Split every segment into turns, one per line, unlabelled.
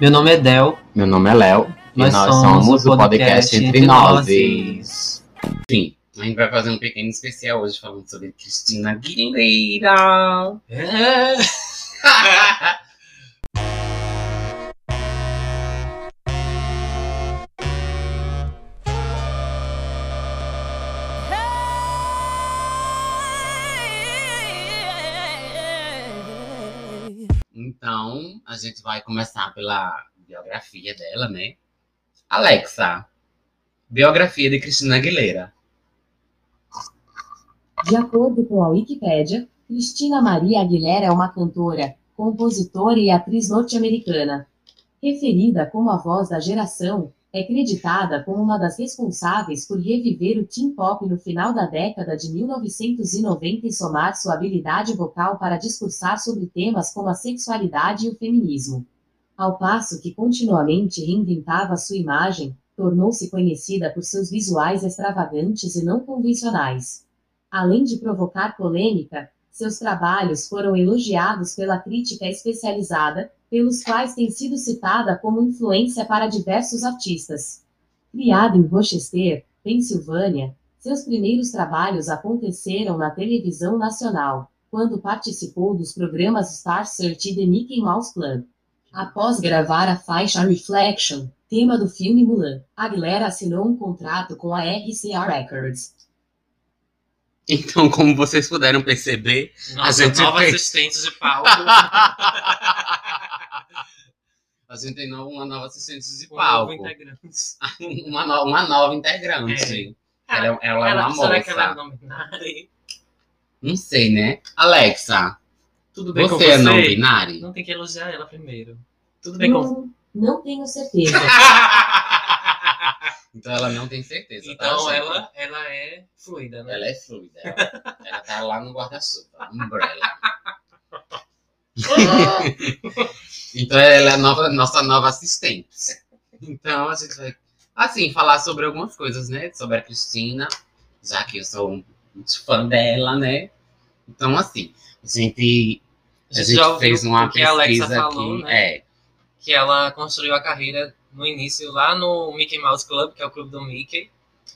Meu nome é Del.
Meu nome é Léo. E nós, somos o podcast Entre Nozes. Sim, a gente vai fazer um pequeno especial hoje falando sobre Cristina Aguilera. É. Então, a gente vai começar pela biografia dela, né? Alexa, biografia de Cristina Aguilera.
De acordo com a Wikipédia, Cristina Maria Aguilera é uma cantora, compositora e atriz norte-americana. Referida como a voz da geração, é creditada como uma das responsáveis por reviver o teen pop no final da década de 1990 e somar sua habilidade vocal para discursar sobre temas como a sexualidade e o feminismo. Ao passo que continuamente reinventava sua imagem, tornou-se conhecida por seus visuais extravagantes e não convencionais. Além de provocar polêmica, seus trabalhos foram elogiados pela crítica especializada, pelos quais tem sido citada como influência para diversos artistas. Criada em Rochester, Pensilvânia, seus primeiros trabalhos aconteceram na televisão nacional, quando participou dos programas Star Search e The Mickey Mouse Club. Após gravar a faixa Reflection, tema do filme Mulan, Aguilera assinou um contrato com a RCA Records.
Então, como vocês puderam perceber,
Nossa,
a gente
nova
tem...
assistente de palco.
a gente tem no- uma nova assistente de
com
palco.
novo integrante.
Uma, no- uma nova integrante. Ela, é- ela é
Ela-
uma
Será
moça.
que ela é não binária?
Não sei, né? Alexa,
Tudo bem
você é
com
não
você?
binário?
Não tem que elogiar ela primeiro. Tudo bem com
Hum, não tenho certeza.
Então ela não tem certeza. tá,
Então
gente?
ela, ela é fluida, né?
Ela é fluida. Ela, ela tá lá no guarda-chuva. Umbrella. então ela é a nova, nossa nova assistente. Então a gente vai, assim, falar sobre algumas coisas, né? Sobre a Cristina, já que eu sou um muito fã dela, né? Então, assim, a gente, a gente,
já ouviu
fez uma
o que a Alexa
pesquisa
falou,
aqui.
né?
É,
Que ela construiu a carreira no início lá no Mickey Mouse Club, que é o clube do Mickey.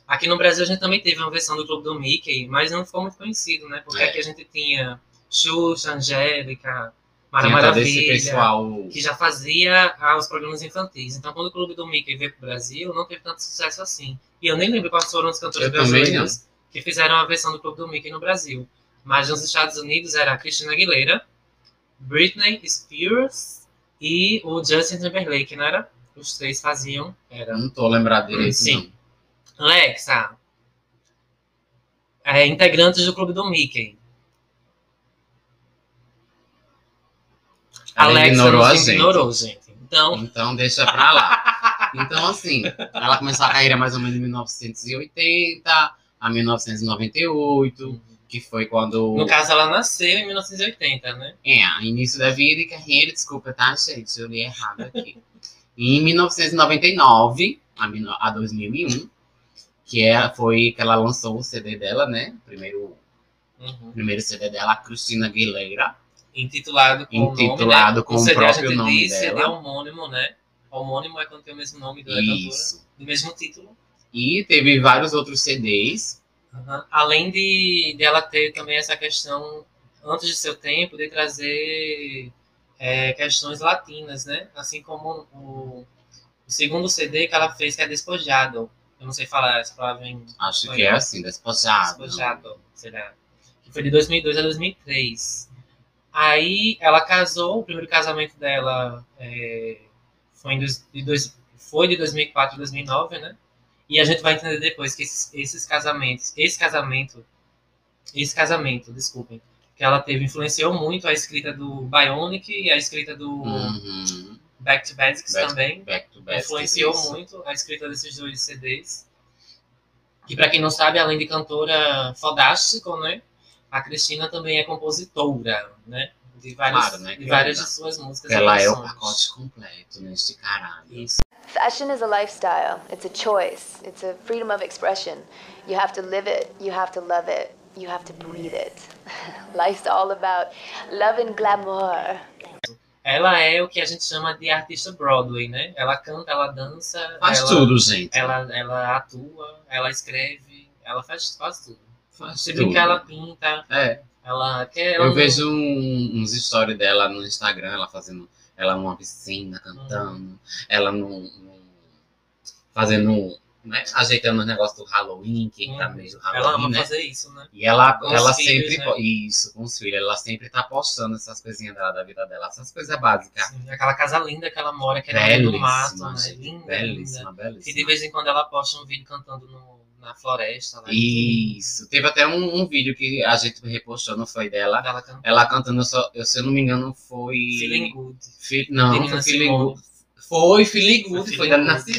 Aqui no Brasil a gente também teve uma versão do clube do Mickey, mas não ficou muito conhecido, né? Porque
É.
aqui a gente tinha Xuxa, Angélica, Mara
tinha todo esse
Maravilha.
pessoal.
que já fazia ah, os programas infantis. Então, quando o Clube do Mickey veio pro Brasil, não teve tanto sucesso assim. E eu nem lembro quais foram os cantores
Eu também
brasileiros que fizeram a versão do Clube do Mickey no Brasil. Mas nos Estados Unidos era a Christina Aguilera, Britney Spears e o Justin Timberlake, não era? Os três faziam.
Eu
Era.
não tô lembrado direito,
Sim.
não.
Alexa, é, integrantes do Clube do Mickey.
Ela
Alexa
ignorou
nos
a gente.
ignorou, gente. Então,
Então deixa pra lá. Então, assim, ela começou a carreira mais ou menos em 1980 a 1998, que foi quando.
No caso, ela nasceu em 1980, né?
É, início da vida e carreira, desculpa, tá, gente? Eu li errado aqui. em 1999 a, mino- a 2001, que é, foi que ela lançou o CD dela, né? Primeiro,
Uhum.
primeiro CD dela, Cristina Aguilera.
Intitulado com o nome,
Intitulado
né?
com o
CD,
próprio
a gente
nome
diz, CD
dela.
homônimo, né? Homônimo é quando tem o mesmo nome da cantora,
Isso.
do mesmo título.
E teve vários outros CDs.
Aham. Além de dela ter também essa questão, antes de seu tempo, de trazer é, questões latinas, né? Assim como o, o segundo CD que ela fez, que é Despojado. Eu não sei falar essa palavra em
Acho
Foi.
que é assim, despojado.
Despojado, será? Que foi de 2002 a 2003. Aí ela casou, o primeiro casamento dela é, foi, em dois, de dois, foi de 2004 a 2009, né? E a gente vai entender depois que esses, esses casamentos, esse casamento, esse casamento, desculpem, que ela teve, influenciou muito a escrita do Bionic e a escrita do
Uhum.
Back to Basics
Back to
também
Back to back.
influenciou
isso.
muito a escrita desses dois CDs. E para quem não sabe, além de cantora fodástica, né? A Cristina também é compositora, né? De várias,
Claro, né,
de,
que
várias
ela-
de suas músicas. e
Ela é o
canções.
pacote completo neste caralho.
Isso.
Fashion is a lifestyle. It's a choice. It's a freedom of expression. You have to live it. You have to love it. You have to breathe it. Life's all about love and glamour.
Ela é o que a gente chama de artista Broadway, né? Ela canta, ela dança,
Faz
ela,
tudo, gente.
ela, ela atua, ela escreve, ela faz, faz tudo.
Faz
Se
tudo.
brincar, ela pinta,
É,
ela quer. Ela né?
eu
não-
vejo um- uns stories dela no Instagram, ela fazendo. Ela numa piscina cantando,
Uhum.
ela num, num- fazendo. Né, ajeitando os negócios do Halloween, que tá
Hum.
meio
Ela
Halloween,
ama
né?
fazer isso, né?
E ela,
Com os
ela
filhos,
sempre.
né?
po- Isso, com os filhos. Ela sempre tá postando essas coisinhas dela, da vida dela, essas coisas básicas.
Assim, aquela casa linda que ela mora, que era no meio do mato,
Belíssima,
né?
gente,
Linda, linda.
belíssima,
E de
belíssima.
vez em quando ela posta um vídeo cantando no- na floresta lá.
Isso. Teve até um, um vídeo que a gente repostou, não foi dela.
Ela cantando.
Ela cantando, eu só, eu, se eu não me engano, foi.
Feeling good.
Fi- não,
Nina
foi
Simone.
Feeling Good. Foi Feeling Good,
Foi
foi da
Feeling
Nina
Good.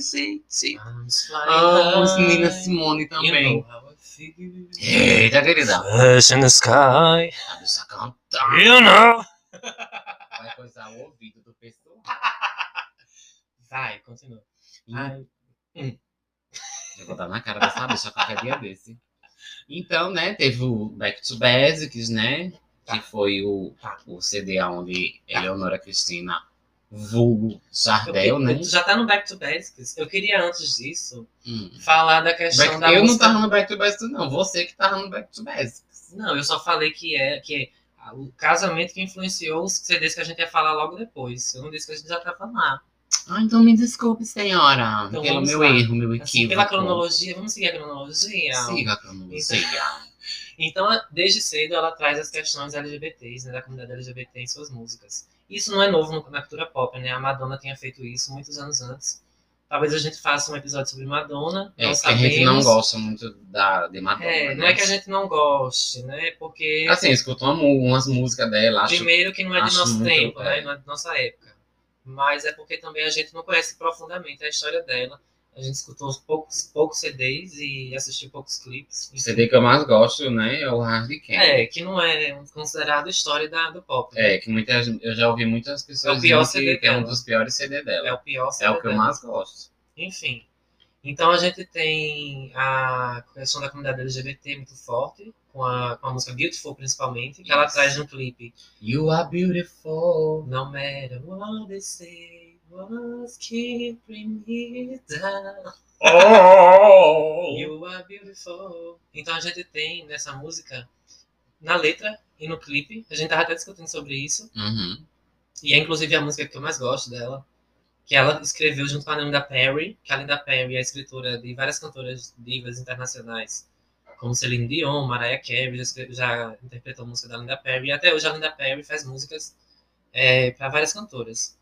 Simone, gente. Ah,
I'm flying
Amo
high.
Nina assim, Simone também.
You know how I feel.
Eita, querida.
Us in the sky.
A bicha canta.
You know.
Vai coisar o ouvido do pessoal.
Vai, continua.
Ai,
Ai,
Eu vou dar na cara dessa bicha qualquer dia desse. Então, né, teve o Back to Basics, né? Que
Tá.
foi o,
Tá.
o CD onde
Tá.
Eleonora Cristina, vulgo
eu
Jardel,
que-
né?
tu já tá no Back to Basics. Eu queria, antes disso,
Hum.
falar da questão
Back-
da
eu não
música.
tava no Back to Basics, não. Você que tava no Back to Basics.
Não, eu só falei que é que é o casamento que influenciou os CDs que a gente ia falar logo depois. Eu não disse que a gente já tava lá.
Ah, então me desculpe, senhora,
Então
pelo
vamos
meu
lá.
erro, meu equívoco.
Assim, pela cronologia, vamos seguir a cronologia?
Siga a cronologia.
Então, desde cedo, ela traz as questões LGBTs, né, da comunidade LGBT em suas músicas. Isso não é novo no- na cultura pop, né? A Madonna tinha feito isso muitos anos antes. Talvez a gente faça um episódio sobre Madonna.
É,
não
porque a gente não
sabemos.
gosta muito da, de Madonna,
É, não
né?
é que a gente não goste, né? Porque,
Assim, escutou mu- umas músicas dela, acho
primeiro, que não é de
acho
nosso
muito,
tempo,
é.
né? Não é de nossa época. Mas é porque também a gente não conhece profundamente a história dela. A gente escutou os poucos, poucos CDs e assistiu poucos clipes.
O CD que eu mais gosto, né, é o Hard Candy.
É, que não é considerado história da, do pop. né?
É, que muita, gente- eu já ouvi muitas pessoas
É o pior
dizendo que,
CD
que é um
dela.
dos piores CD dela.
É o pior
É, o que eu
CD.
mais gosto.
Enfim. Então a gente tem a questão da comunidade LGBT muito forte, com a, com a música Beautiful principalmente, que ela
Isso.
traz no clipe
You are beautiful.
No matter what they say, what's keeping me down,
Oh!
you are beautiful. Então a gente tem nessa música, na letra e no clipe, a gente tava até discutindo sobre isso,
Uhum.
e é inclusive a música que eu mais gosto dela, que ela escreveu junto com a Linda Perry, que a Linda Perry é escritora de várias cantoras divas internacionais, como Celine Dion, Mariah Carey, já, escre- já interpretou música da Linda Perry, e até hoje a Linda Perry faz músicas para várias cantoras.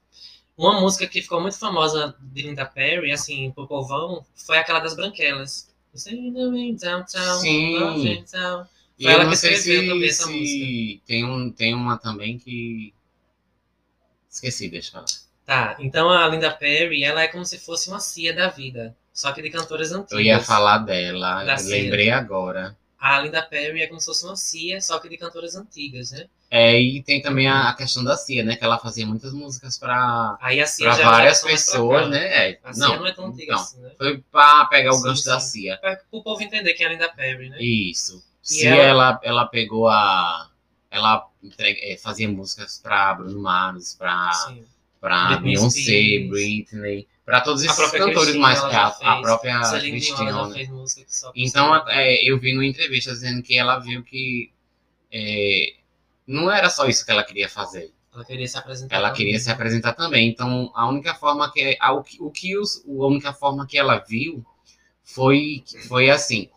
Uma música que ficou muito famosa de Linda Perry, assim, pro povão, foi aquela das Branquelas. Sim.
Sim.
Então, Foi
eu
ela
não
que
sei
escreveu também essa
Tem, um, tem uma também que. Esqueci, deixa eu falar.
Tá, então a Linda Perry, ela é como se fosse uma cia da vida, só que de cantoras antigas.
Eu ia falar dela,
Da
eu
Cia.
lembrei agora.
A Linda Perry é como se fosse uma cia, só que de cantoras antigas, né?
É, e tem também a, a questão da Cia, né? Que ela fazia muitas músicas pra,
Aí a cia
pra
já já
várias
é mais pra
pessoas,
cá.
né? É,
A cia não, é tão antiga
então,
assim, né?
Foi pra pegar o
Sim,
gancho da
sim.
Cia.
Pra o povo entender quem é a Linda Perry, né?
Isso.
E
Se
ela-
ela... Ela, pegou a. Ela entrega- eh, fazia músicas pra Bruno Mars, pra,
Sim.
pra
Britney
Beyoncé,
Spears.
Britney, pra todos
A
esses
própria
cantores
Christina,
mais
ela
que a,
já
a
fez.
própria
Celine Dion, ela já
Cristina.
fez música que só
Então eh, eu vi numa entrevista dizendo que ela viu que eh, não era só isso que ela queria fazer.
ela queria se apresentar.
Ela
também.
queria se apresentar também. Então a única forma que a, o que o que os- a única forma que ela viu foi foi assim.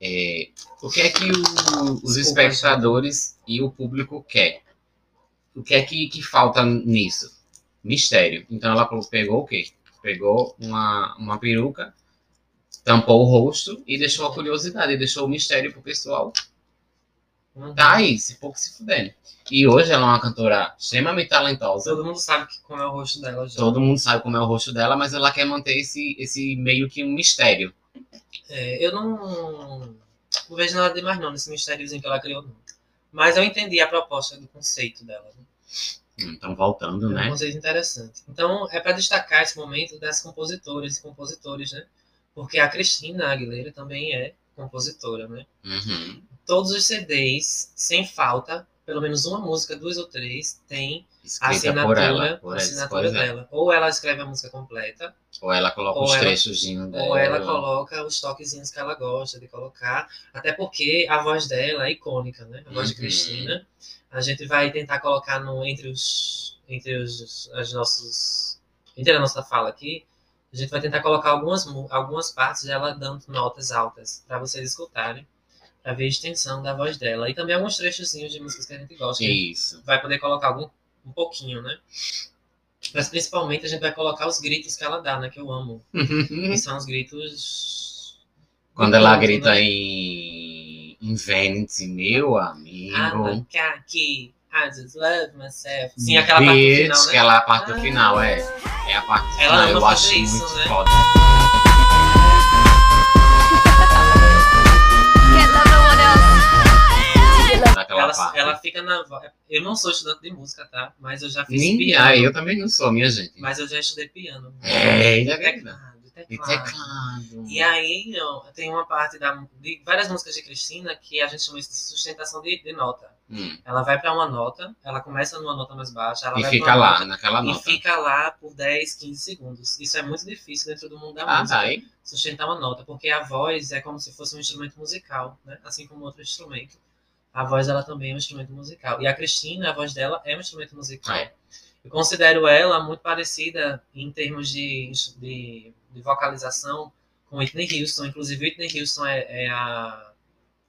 é, o que é que o- os
Desculpa,
espectadores e o público quer? O que é que, que falta nisso? Mistério. Então ela pegou- pegou o quê? Pegou uma, uma peruca, tampou o rosto e deixou a curiosidade, deixou o mistério pro pessoal
Uhum.
tá aí, se pouco se fudendo. E hoje ela é uma cantora extremamente talentosa.
Todo mundo sabe que, como é o rosto dela já.
Todo mundo sabe como é o rosto dela, mas ela quer manter esse, esse meio que um mistério.
É, eu não, não vejo nada demais não nesse mistériozinho que ela criou, não. Mas eu entendi a proposta do conceito dela. né?
Hum, Então, voltando,
É um
né?
conceito interessante. Então, é para destacar esse momento das compositoras e compositores, né? Porque a Cristina Aguilera também é compositora, né?
Uhum.
Todos os CDs, sem falta, pelo menos uma música, duas ou três, tem a
Escrita por ela,
assinatura,
por é.
a
essa
assinatura
coisa.
dela. Ou ela escreve a música completa,
Ou ela coloca
Ou
os
ela-
trechos dela.
ou ela coloca os toquezinhos que ela gosta de colocar. Até porque a voz dela é icônica, né? A voz de
Uhum.
Cristina. A gente vai tentar colocar no, entre os. Entre os as nossos. Entre a nossa fala aqui. A gente vai tentar colocar algumas, mu- algumas partes dela dando notas altas para vocês escutarem, para ver a extensão da voz dela. E também alguns trechozinhos de músicas que a gente gosta. que a gente
Isso.
vai poder colocar algum, um pouquinho, né? Mas principalmente a gente vai colocar os gritos que ela dá, né? Que eu amo. Que são os gritos.
Uhum. Quando ela
Enquanto,
grita
né?
em Invente, meu amigo.
I'm a cat kid, I just love myself. Sim, aquela parte do
Bitch,
final, né?
Hum. que ela é a parte do final, é. É a parte
Ela
do final,
ama
eu
fazer
acho
isso,
muito
né?
foda.
Can't love no one else.
Daquela
Ela,
parte.
ela fica na. vo- Eu não sou estudante de música, tá? Mas eu já fiz
Nem,
piano.
ah, eu também não sou, minha gente.
né? Mas eu já estudei piano.
É,
E
ainda bem.
teclado,
E
teclado.
teclado.
E aí, ó, tem uma parte da, de várias músicas de Cristina que a gente chama isso de sustentação de- de nota.
Hum,
Ela vai para uma nota, ela começa numa nota mais baixa, ela vai
E
pra
fica
uma
lá,
nota,
naquela
e
nota.
fica lá por 10, 15 segundos. Isso é muito difícil dentro do mundo da
Ah,
música,
tá, hein?
sustentar uma nota, porque a voz é como se fosse um instrumento musical, né? Assim como outro instrumento. A voz ela também é um instrumento musical. E a Cristina, a voz dela é um instrumento musical.
É.
Eu considero ela muito parecida em termos de, de, de vocalização com Whitney Houston. Inclusive, Whitney Houston é, é a,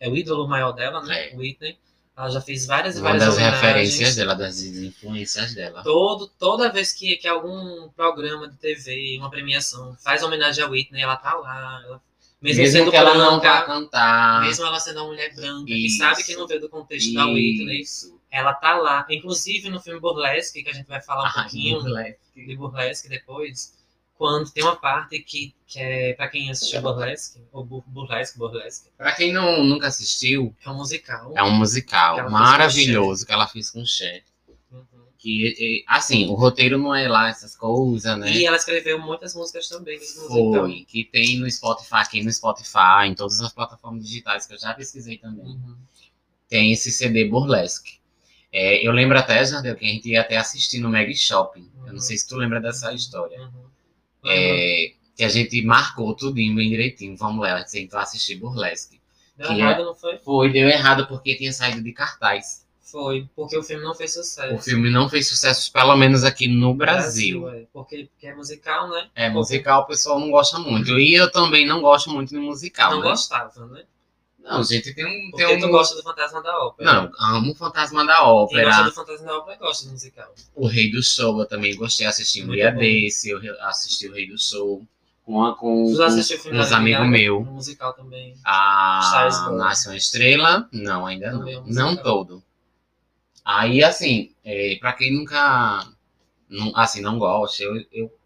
é o ídolo maior dela, né?
É.
Whitney. Ela já fez várias e
Uma
várias
das
homenagens.
referências dela, das influências dela.
Todo, toda vez que, que algum programa de TV, uma premiação, faz homenagem a Whitney, ela tá lá. Ela, mesmo,
Mesmo,
sendo
que ela
branca,
não vá cantar.
mesmo ela sendo uma mulher branca, que
Isso.
sabe que não veio do contexto da Whitney,
Isso.
ela tá lá. Inclusive no filme Burlesque, que a gente vai falar um
Ah,
pouquinho
moleque.
de Burlesque depois, quando tem uma parte que, que é, pra quem assistiu
tá
Burlesque, ou Bur- Burlesque, Burlesque,
Pra quem não, nunca assistiu,
é um musical.
é um
Que ela
musical
fez
maravilhoso que ela fez com o Cher.
Uhum.
Que, e- assim, o roteiro não é lá essas coisas, né?
E é ela escreveu muitas músicas também nesse musical.
Foi, que tem no Spotify, aqui no Spotify, em todas as plataformas digitais que eu já pesquisei também.
Uhum.
Tem esse CD Burlesque. É, eu lembro até, Jardel, que a gente ia até assistir no Mag Shopping. Eu não sei se tu lembra dessa história.
Uhum.
É, que a gente marcou tudinho bem direitinho. Vamos lá, a gente vai assistir Burlesque.
Deu
que é-
errado, não foi?
Foi, deu errado porque tinha saído de cartaz.
Foi, porque o filme não fez sucesso.
O filme não fez sucesso, pelo menos aqui no Brasil.
é. Porque, porque é musical, né?
É, musical o pessoal não gosta muito. E eu também não gosto muito de musical,
não
né?
gostava, né?
Não, gente, tem um...
Porque
Tem um...
tu gosta do Fantasma da Ópera.
Não, amo o Fantasma da
Quem gosta
Ópera,
do Fantasma da Ópera gosta do musical.
O Rei do Show, eu também gostei, assisti um
Muito
dia
bom.
desse, eu re- assisti O Rei do Show com, a- com,
Tu já assistiu o
com
filme
uns
da Lady
amigos
Gaga?
meus.
Um musical também. Stars
A
Born.
Nasce uma Estrela? Não, ainda não.
Também é um musical.
Não todo. Aí, assim, é, pra quem nunca. não- assim, não gosta, eu, eu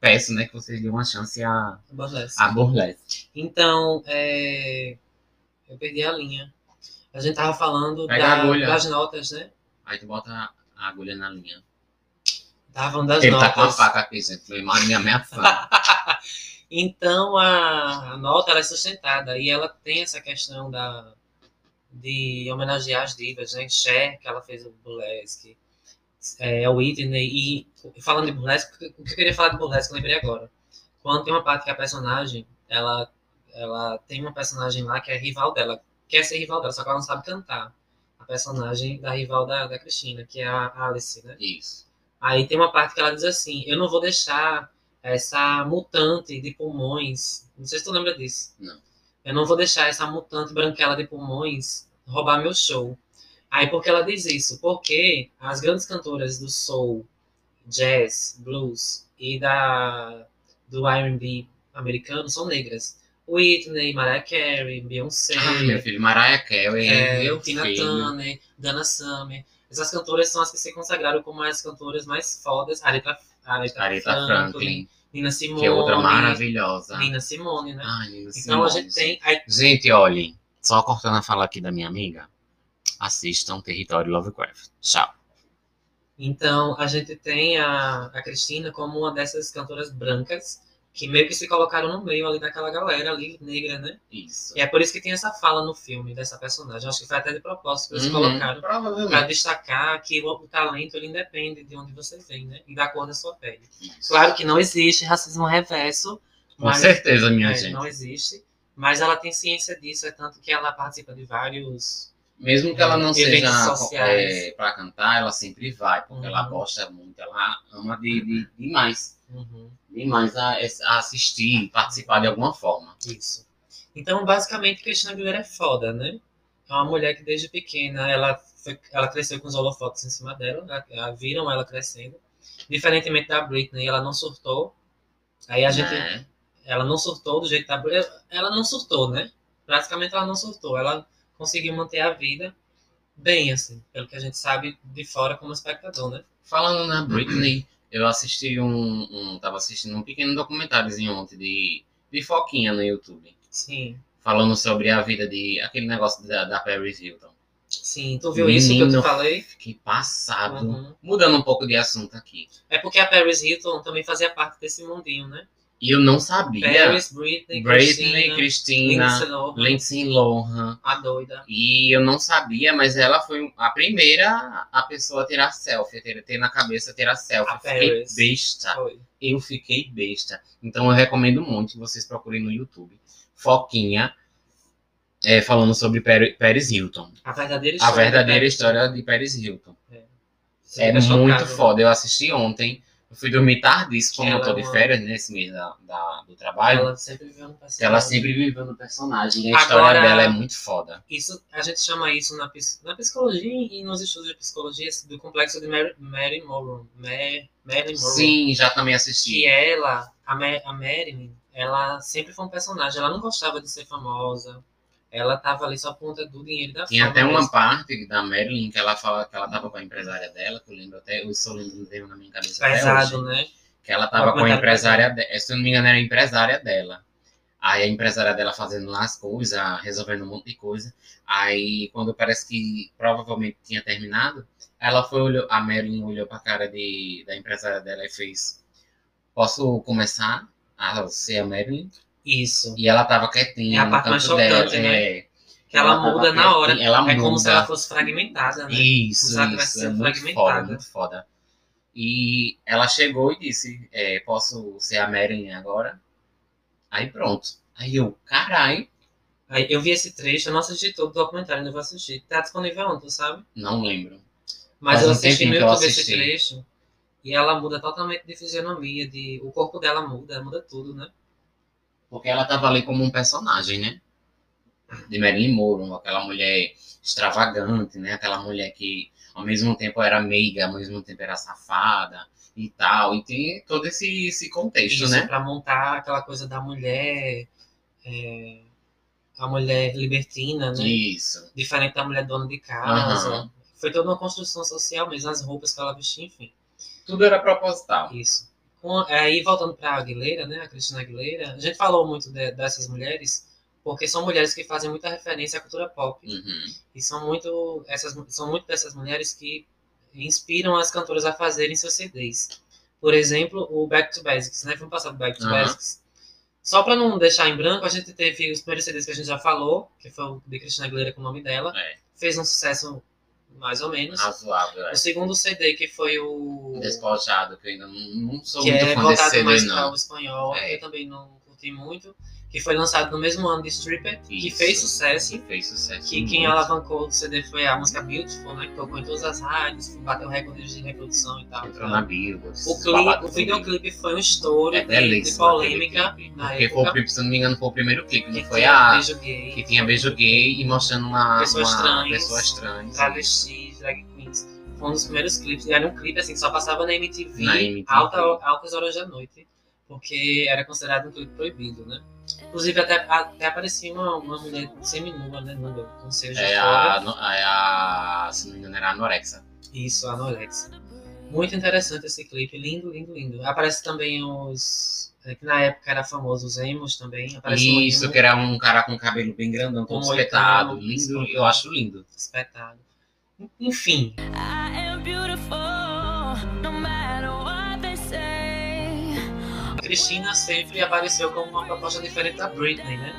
peço né, que vocês dêem uma chance a,
Burlesque.
a Burlesque.
Então, é... eu perdi a linha. A gente tava falando
Pega a
da-
agulha.
das notas, né?
Aí tu bota a agulha na linha.
Tava falando das
Ele
notas.
tá com a faca aqui, gente. Foi uma- me ameaçando.
Então a, a nota ela é sustentada e ela tem essa questão da de homenagear as divas, né? Cher, que ela fez o burlesque, é, a Whitney. E falando de burlesque, o que eu queria falar de burlesque, eu lembrei agora. Quando tem uma parte que a personagem, ela, ela tem uma personagem lá que é rival dela, quer ser rival dela, só que ela não sabe cantar. A personagem da rival da, da Cristina, que é a Alice, né?
Isso.
Aí tem uma parte que ela diz assim: Eu não vou deixar essa mutante de pulmões. Não sei se tu lembra disso.
Não.
Eu não vou deixar essa mutante branquela de pulmões roubar meu show. Aí por que ela diz isso? Porque as grandes cantoras do soul, jazz, blues e da do R&B americano são negras. Whitney, Mariah Carey, Beyoncé,
Ah, meu filho, Mariah Carey,
é,
meu
Tina
filho.
Turner, Dana Summer. Essas cantoras são as que se consagraram como as cantoras mais fodas. Aretha, Aretha,
Aretha Franklin,
Nina Simone.
que é outra maravilhosa.
Nina Simone, né?
Ai, Nina
então a
Simone,
gente tem. aí-
Gente, olhem, só cortando a fala aqui da minha amiga, assistam Território Lovecraft. Tchau.
então a gente tem a, a Cristina como uma dessas cantoras brancas que meio que se colocaram no meio ali daquela galera ali, negra, né?
Isso.
E é por isso que tem essa fala no filme dessa personagem. Acho que foi até de propósito que eles
Uhum.
colocaram. Pra
Provavelmente.
destacar que o, o talento ele independe de onde você vem, né? E da cor da sua pele.
Isso.
Claro que não existe racismo reverso.
Com certeza, minha
é,
gente.
Não existe. Mas ela tem ciência disso, é tanto que ela participa de vários.
Mesmo que ela não seja
Eventos sociais.
é, pra cantar, ela sempre vai, porque
Uhum.
ela gosta muito, ela ama de, de, demais.
Uhum,
Demais a, a assistir, participar de alguma forma.
isso. Então, basicamente, Cristina Aguilera é foda, né? É uma mulher que desde pequena ela, foi- ela cresceu com os holofotes em cima dela, né? Ah, viram ela crescendo. Diferentemente da Britney, ela não surtou. Aí a gente
né?
Ela não surtou do jeito da Britney. Ela não surtou, né? Praticamente ela não surtou. Ela conseguiu manter a vida bem, assim, pelo que a gente sabe de fora como espectador, né?
Falando na Britney, eu assisti um, um. Tava assistindo um pequeno documentáriozinho ontem de, de Foquinha no YouTube.
Sim,
Falando sobre a vida de. aquele negócio da, da Paris Hilton.
sim. Tu viu isso que eu
Menino.
te falei?
Fiquei passado.
Uhum.
Mudando um pouco de assunto aqui.
É porque a Paris Hilton também fazia parte desse mundinho, né?
E eu não sabia.
Paris, Britney,
Britney,
Britney, Christina,
Cristina,
Lindsay Lohan,
Lindsay Lohan.
a doida.
E eu não sabia, mas ela foi a primeira a pessoa a tirar selfie, a ter, ter na cabeça tirar selfie.
A
Eu fiquei
Paris.
besta.
Foi.
Eu fiquei besta. Então eu recomendo muito que vocês procurem no YouTube. Foquinha é, falando sobre Per- Paris Hilton.
A verdadeira
A
história.
verdadeira
da
história de Paris Hilton.
Você
É
fica chocado,
muito
né?
foda. Eu assisti ontem. Eu fui dormir tardíssimo, como eu
Ela
tô
é
de
uma-
férias nesse mês da, da- do trabalho.
Ela sempre viu no passado.
Ela sempre viveu no tá personagem. E a
Agora-
história dela é muito foda.
isso a gente chama isso na, pis- na psicologia e nos estudos de psicologia do complexo de Mary, Mary Monroe. Mary, Mary Monroe.
Sim, já também assisti.
Que ela, a, Ma- a Marilyn, ela sempre foi um personagem. Ela não gostava de ser famosa. Ela tava ali só por conta do dinheiro e da
Tem
fama
até uma
mesmo.
parte da Marilyn que ela fala que ela tava com a empresária dela, que eu lembro até, eu só lembro dele na minha cabeça até
pesado,
hoje.
né?
Que ela tava com a
comentário né?
empresária dela, se eu não me engano, era a empresária dela. Aí a empresária dela fazendo lá as coisas, resolvendo um monte de coisa. Aí quando parece que provavelmente tinha terminado, ela foi olhou, a Marilyn olhou pra cara de, da empresária dela e fez: Posso começar a ser a Marilyn?
Isso.
E ela tava quietinha
É a
no
parte mais
canto
chocante,
dela.
né?
é.
Que ela,
tava
muda na hora.
quietinha, Ela
é como
muda.
se ela fosse fragmentada, né?
Isso,
Usar tivesse
isso. É
sido
muito
fragmentada.
foda, muito foda. E ela chegou e disse, é, posso ser a Marilyn agora? Aí pronto. Aí eu, caralho,
Aí eu vi esse trecho, eu não assisti todo o documentário, ainda vou assistir. Tá disponível onde, tu sabe?
não lembro.
Mas
Faz
eu
um
assisti no
tempinho que eu
YouTube esse
assisti.
trecho e ela muda totalmente de fisionomia, de o corpo dela muda, muda tudo, né?
Porque ela tava ali como um personagem, né? De Marilyn Monroe, aquela mulher extravagante, né? Aquela mulher que ao mesmo tempo era meiga, ao mesmo tempo era safada e tal. E tem todo esse, esse contexto, né?
Pra montar aquela coisa da mulher, é, a mulher libertina, né?
Isso.
Diferente da mulher dona de casa.
Aham.
Foi toda uma construção social mesmo, as roupas que ela vestia, enfim.
Tudo era proposital.
Isso. Com, aí voltando pra Aguilera, né? A Cristina Aguilera, a gente falou muito de- dessas mulheres porque são mulheres que fazem muita referência à cultura pop.
Uhum.
E são muito, essas, são muito dessas mulheres que inspiram as cantoras a fazerem seus CDs. Por exemplo, o Back to Basics, né? Vamos passar do Back to
Aham.
Basics. Só para não deixar em branco, a gente teve os primeiros CDs que a gente já falou, que foi o de Cristina Aguilera com o nome dela.
É.
Fez um sucesso mais ou menos.
Razoável, é.
O segundo CD, que foi o.
despojado, que eu ainda não, não sou
que
muito
é
fã desse
voltado
CD,
mais para
não.
o espanhol,
É.
eu também não curti muito. Que foi lançado no mesmo ano de Stripped, que
Isso.
fez sucesso.
Que fez sucesso.
que quem
muito.
alavancou o CD foi a música Beautiful, né? Que tocou em todas as rádios, bateu recordes de reprodução e tal.
Entrou
Então,
na Bíblia.
o, clipe, o videoclipe foi um estouro
é
de- de,
belíssimo.
polêmica
aquele clipe.
na
Porque foi o
época.
clipe, se eu não me engano, foi o primeiro clipe, não
que
foi
tinha
a.
beijo gay,
Que tinha beijo gay e mostrando uma.
Pessoas
uma
trans,
Pessoas trans.
travestis, drag queens. Foi um dos primeiros clipes. E era um clipe assim, só passava na MTV,
Na MTV.
alta- altas horas da noite. Porque era considerado um clipe proibido, né? Inclusive, até, até aparecia uma, uma mulher seminua, né? Nua, com seios de
É
fora.
a, no- é a. Se não me engano, era a Anorexa.
Isso, anorexia. Muito interessante esse clipe, lindo, lindo, lindo. Aparece também os. é que na época era famoso os emos também. Aparece um
Isso,
emo
que era um cara com cabelo bem grandão, todo
Com
espetado.
oitavo,
Lindo,
espetado.
eu acho lindo.
espetáculo. Enfim,
I am beautiful, no matter what they say.
a Cristina sempre apareceu como uma proposta diferente da Britney, né?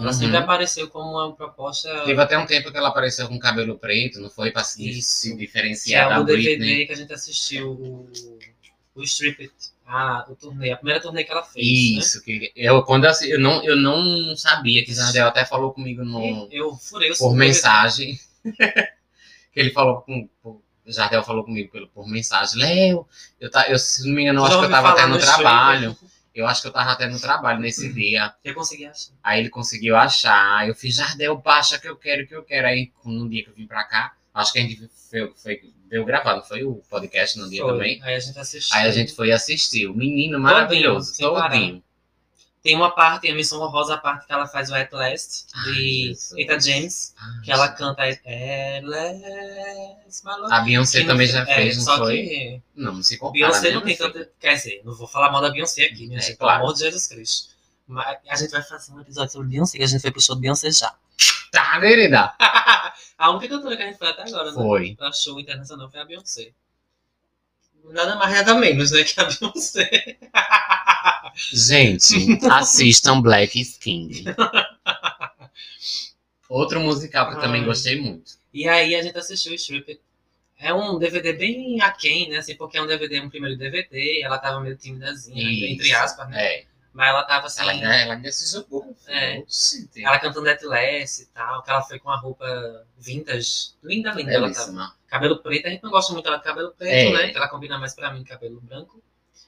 Ela sempre
Uhum.
apareceu como uma proposta
Teve até um tempo que ela apareceu com cabelo preto, não foi? Pra se,
Isso.
se
que é
diferenciar
o
da
DVD
Britney.
que a gente assistiu, o, o Strip It, a, o turnê, a primeira turnê que ela fez, né?
Isso, que eu quando eu, assi- eu não eu não sabia que Jardel até falou comigo no
Eu furei o
por
DVD.
mensagem. que ele falou com o Jardel falou comigo pelo por mensagem. Léo, eu tá eu se não me engano, eu
Já
acho que eu
ouvi
tava
falar
até no
no streaming.
trabalho. Eu acho que eu tava até no trabalho nesse dia.
Eu consegui achar.
Aí ele conseguiu achar. Aí Eu fiz Jardel, baixa que eu quero, que eu quero. Aí no dia que eu vim pra cá, acho que a gente foi, foi veio gravar, não foi o podcast no dia
Foi.
também.
Aí a gente assistiu.
Aí a gente foi assistir. O menino maravilhoso,
sem parar.
todinho.
Tem uma parte, a Missão Honrosa, a parte que ela faz o At Last,
Ai,
de
Jesus.
Rita James, que ela canta At Last, my love.
A Beyoncé
Que não-
também já
é,
fez, não
só
foi?
que
Não, não se compara.
Beyoncé
né,
não tem
meu filho?
tanta... Quer dizer, não vou falar mal da Beyoncé aqui, minha
É,
gente,
claro.
pelo amor de Jesus Cristo. Mas a gente vai fazer um episódio sobre Beyoncé, que a gente foi pro show de Beyoncé já.
Tá, querida.
a única cantora que a gente foi até agora, né?
Foi.
Pra show internacional foi a Beyoncé. Nada mais, nada menos, né, que a Beyoncé.
Gente, assistam Black Skin. Outro musical que eu também
Ai.
gostei muito.
E aí a gente assistiu o Strip. É um DVD bem aquém, né? Assim, porque é um DVD, um primeiro DVD, e ela tava meio timidazinha,
Isso.
entre aspas, né?
É.
Mas ela tava assim.
Ela,
Ela,
ela ainda se jogou.
É.
Oxi, tem-
cantando Atlas e tal, que ela foi com uma roupa vintage. Linda, linda ela tá- tava.
Belíssima.
Cabelo preto, a gente não gosta muito dela de cabelo preto,
É.
né? Ela combina mais pra mim cabelo branco.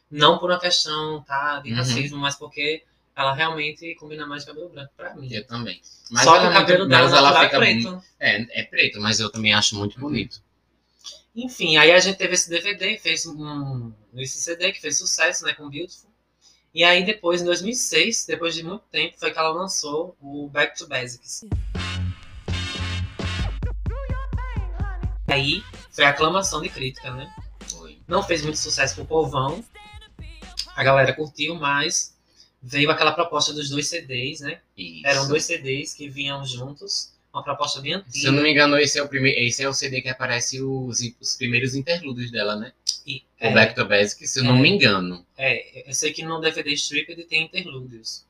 Não por uma questão, tá, de
Uhum.
racismo, mas porque ela realmente combina mais cabelo branco pra mim.
Eu também. Mas
Só que
ela
o
é muito-
cabelo dela
mas ela
natural é
fica
preto. Uhum.
muito- É, é preto, mas eu também acho muito bonito.
Enfim, aí a gente teve esse DVD, fez um, esse CD que fez sucesso, né, com Beautiful. E aí depois, em 2006, depois de muito tempo, foi que ela lançou o Back to Basics. Aí foi a aclamação de crítica, né?
Foi.
Não fez muito sucesso pro povão, a galera curtiu, mas veio aquela proposta dos dois CDs, né?
Isso.
Eram dois CDs que vinham juntos, uma proposta bem
Se eu não
antiga.
me engano, esse é o primeiro, esse é o CD que aparece os, os primeiros interludes dela, né?
E-
O
é.
Back to Basic, se eu não
É.
me engano.
É, eu sei que no DVD Strip ele tem interlúdios.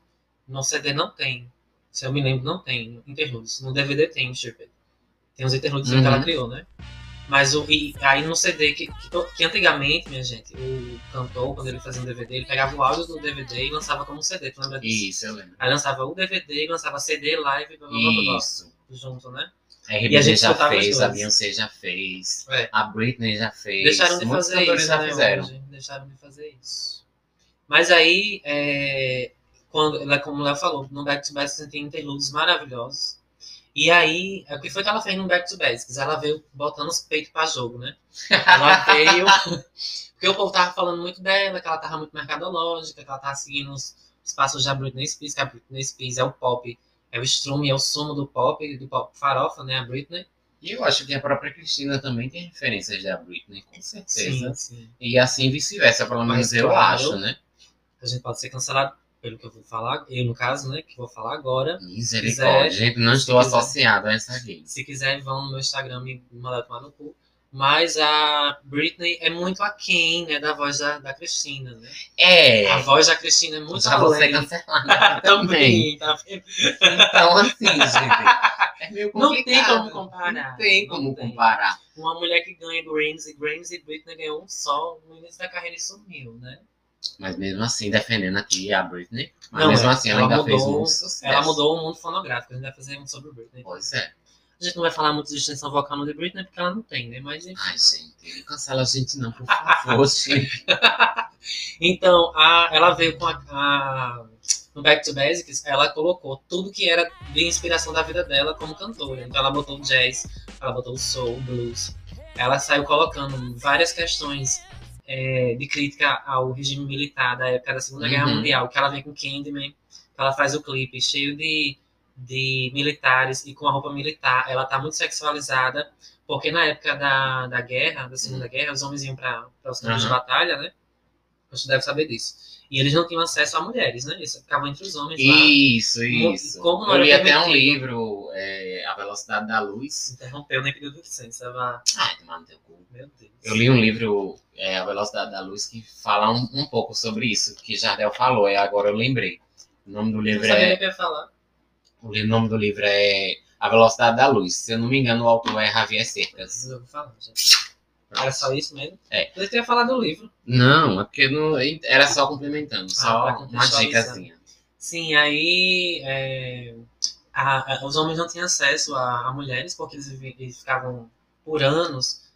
No CD não tem. Se eu me lembro, não tem interlúdios. No DVD tem Strip. Tem os interlúdios
Uhum.
que ela criou, né? Mas o, e aí no CD, que, que, to- que antigamente, minha gente, o cantor, quando ele fazia um DVD, ele pegava o áudio do DVD e lançava como CD, tu lembra disso?
Isso, eu lembro.
Aí lançava o DVD, lançava CD, live, blá, blá, blá, blá, blá,
Isso.
junto, né?
A
E a
RBD
gente
já
soltava as
fez, a
duas.
Beyoncé já fez,
É.
a Britney já fez.
Deixaram de
muitos
fazer
cantores
isso,
já
né,
fizeram.
hoje. Deixaram de fazer isso. Mas aí, é, quando, ela- como o Léo falou, no Back to Basics tem interludes maravilhosos. E aí, é o que foi que ela fez no Back to Basics? Ela veio botando os peitos pra jogo, né? Ela veio... Porque o povo tava falando muito dela, que ela tava muito mercadológica, que ela tava seguindo os, os passos da Britney Spears, que a Britney Spears é o pop, é o strume, é o sumo do pop, do pop farofa, né? A Britney.
E eu acho que a própria Cristina também tem referências da Britney, com certeza.
sim.
E assim vice-versa, pelo menos
Mas
eu
claro.
acho, né?
a gente pode ser cancelado pelo que eu vou falar, eu no caso, né, que vou falar agora.
Misericórdia, gente, não
se
estou
quiser.
associado a essa gay.
Se quiser, vão no meu Instagram me mandar tomar no cu. Mas a Britney é muito aquém, né, da voz da, da Cristina, né?
É,
A voz da Cristina é muito
já vou ser
além.
cancelada
Também,
também.
tá vendo?
Então, assim, gente, é meio
Não tem
complicado.
como comparar,
Não tem
não
como
tem.
comparar.
Uma mulher que ganha Grammy, Grammy e Britney ganhou um só no início da carreira e sumiu, né?
Mas mesmo assim, defendendo aqui a Britney, mas
Não,
mesmo
é,
assim, ela,
ela
ainda
mudou-
fez muito sucesso.
Ela mudou o mundo fonográfico, a gente vai fazer um sobre Britney.
Pois é.
A gente não vai falar muito de extensão vocal no de Britney, porque ela não tem, né? Mas enfim.
Ai, gente, não cancela a gente não, por favor. gente.
Então, a- ela veio com a, a- No Back to Basics, ela colocou tudo que era de inspiração da vida dela como cantora. Então, ela botou o jazz, ela botou o soul, o blues. Ela saiu colocando várias questões eh, de crítica ao regime militar da época da Segunda Guerra
Uhum.
Mundial, que ela vem com Candyman, que ela faz o clipe cheio de, de militares e com a roupa militar. Ela tá muito sexualizada, porque na época da, da guerra, da Segunda Guerra, os homens iam para os campos de
Uhum. Aham.
batalha, né? Você deve saber disso. E eles não tinham acesso a mulheres, né? Isso ficava entre os homens lá.
Isso,
Mo-
isso.
como não
eu
era
li até um
permitido.
livro, é, A Velocidade da Luz.
Interrompeu, nem pediu licença. vá.
Ai, tomar no teu cu.
Meu Deus.
Eu li um livro, é, A Velocidade da Luz, que fala um, um pouco sobre isso, que Jardel falou, e agora eu lembrei. O nome do
Não
livro
sabia
é
nem o que eu ia falar.
O li- nome do livro é A Velocidade da Luz. Se eu não me engano, o autor é Javier Cercas.
Eu vou falar, gente. Era só isso mesmo?
É.
Eu ia falar do livro.
Não, é porque não, era só complementando, só
pra
uma assim.
contextualizar.
dicasinha.
Sim, aí é, a- a- os homens não tinham acesso a, a mulheres, porque eles, vivi- eles ficavam por anos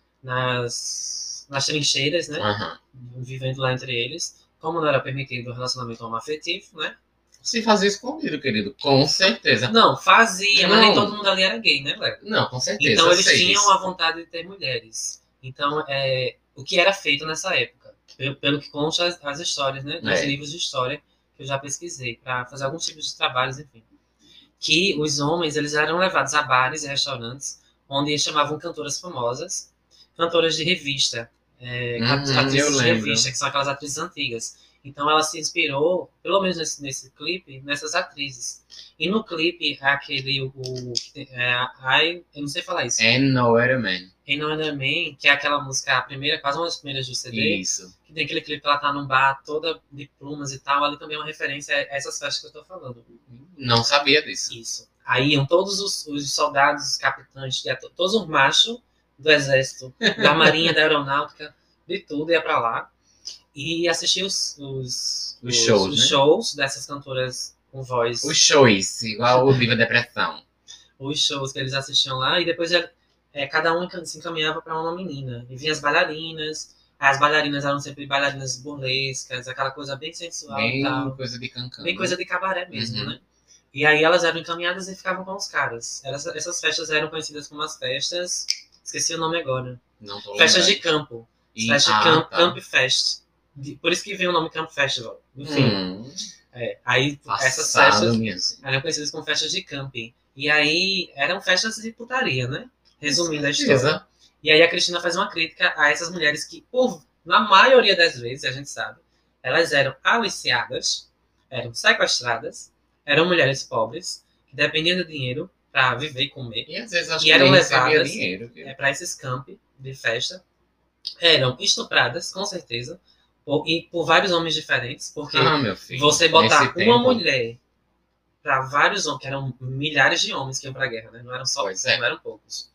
nas, nas trincheiras, né?
Aham.
Vivendo lá entre eles. Como não era permitido o relacionamento homoafetivo, né?
Se fazia escondido, querido, com certeza.
Não, fazia, mas
Não.
nem todo mundo ali era gay, né, Léo?
Não, com certeza.
Então
eu
eles
sei
tinham
disso.
a vontade de ter mulheres. Então, é, o que era feito nessa época? Pelo, pelo que consta as, as histórias, né? Nos
É.
livros de história que eu já pesquisei, para fazer alguns tipos de trabalhos, enfim. Que os homens, eles eram levados a bares e restaurantes, onde eles chamavam cantoras famosas, cantoras de revista, é,
Hum, eu
atrizes de
lembro.
revista, que são aquelas atrizes antigas. Então ela se inspirou, pelo menos nesse, nesse clipe, nessas atrizes. E no clipe, aquele. O, o- é, I, eu não sei falar isso.
And É Nowhere Man.
Em No Other Man, que é aquela música, a primeira, quase uma das primeiras do CD,
Isso.
que tem aquele clipe que ela tá num bar toda de plumas e tal, ali também é uma referência a essas festas que eu tô falando.
Não sabia disso.
Isso. Aí iam todos os, os soldados, os capitães, de- todos os machos do exército, da marinha, da aeronáutica, de tudo, ia pra lá. E assistir os, os,
Os shows,
os
né?
shows dessas cantoras com voz.
O shows, igual o Viva Depressão.
os shows que eles assistiam lá, e depois era- é, cada um se encaminhava para uma menina. E vinha as bailarinas, as bailarinas eram sempre bailarinas burlescas, aquela coisa bem sensual e
Bem
tal.
coisa de cancão.
tá. Bem coisa de cabaré mesmo,
Uhum.
né? E aí elas eram encaminhadas e ficavam com os caras. Elas- essas festas eram conhecidas como as festas. Esqueci o nome agora.
Não tô
Festas de
lembrando.
campo.
E-
Festas
né? ah,
de né? camp,
tá.
Camp Fest. De- Por isso que vem o nome Camp Festival. Enfim.
Hum,
é, aí essas
passado
festas
mesmo.
eram conhecidas como festas de camping. E aí eram festas de putaria, né? Resumindo a história.
Certeza.
E aí a Cristina faz uma crítica a essas mulheres que, por, na maioria das vezes, a gente sabe, elas eram aliciadas, eram sequestradas, eram mulheres pobres, que dependiam do dinheiro para viver e comer,
E às vezes acho
E
que
eram
nem recebia
levadas. É
dinheiro. viu?
para esses campi de festa. Eram estupradas, com certeza, por, e por vários homens diferentes, porque
Ah, meu filho.
você botar
nesse
uma
tempo-
mulher para vários homens, que eram milhares de homens que iam pra guerra, né? Não eram só,
Pois é.
não eram poucos.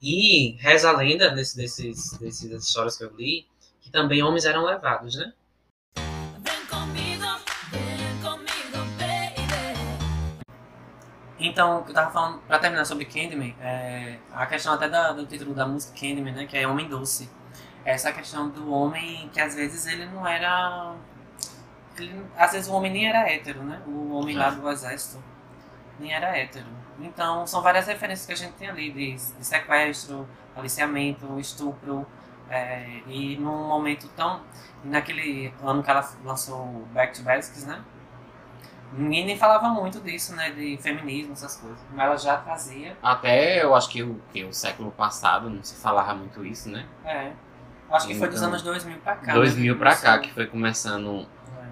E reza a lenda nesse, desses, desses, dessas histórias que eu li, que também homens eram levados, né?
Ven conmigo, ven conmigo, baby.
Então, o que eu tava falando, pra terminar sobre Candyman, é, a questão até da- do título da música Candyman, né, que é Homem Doce. Essa questão do homem que às vezes ele não era. ele- às vezes o homem nem era hétero, né? O homem lá do exército nem era hétero. Então, são várias referências que a gente tem ali de, de sequestro, aliciamento, estupro. é, e num momento tão. Naquele ano que ela lançou Back to Basics, né? Ninguém nem falava muito disso, né? De feminismo, essas coisas. Mas ela já fazia.
Até eu acho que o, que o século passado não se falava muito isso, né?
É. Acho que foi dos
Então,
anos 2000 pra cá. né, É.
2000 pra cá,
começou.
que foi começando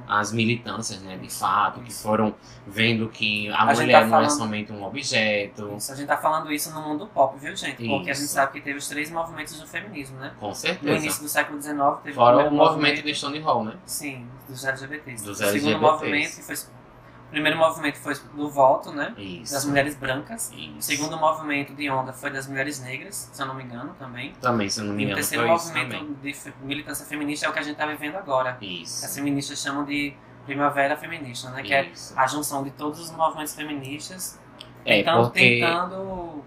as militâncias, né, de fato, que
Isso.
foram vendo que a,
A gente
mulher
tá
não é
falando-
somente um objeto,
Isso, a gente tá falando isso no mundo pop, viu, gente? Porque a gente
Isso.
sabe que teve os três movimentos do feminismo, né?
com
No início
certeza.
do século XIX teve
Fora o
primeiro
movimento de Stone Hall, né?
Sim, dos LGBTs.
Dos
o segundo
LGBTs.
movimento que foi. O primeiro movimento foi do voto, né? Das
Isso.
mulheres brancas. O
Isso.
segundo movimento de onda foi das mulheres negras, se eu não me engano, também.
Também, se eu não
E
me
o
engano,
terceiro
foi é isso
movimento
também.
de fe- militância feminista é o que a gente tá vivendo agora. As
Isso.
feministas chamam de primavera feminista, né? Que é
Isso.
a junção de todos os movimentos feministas
É,
tentando,
porque...
tentando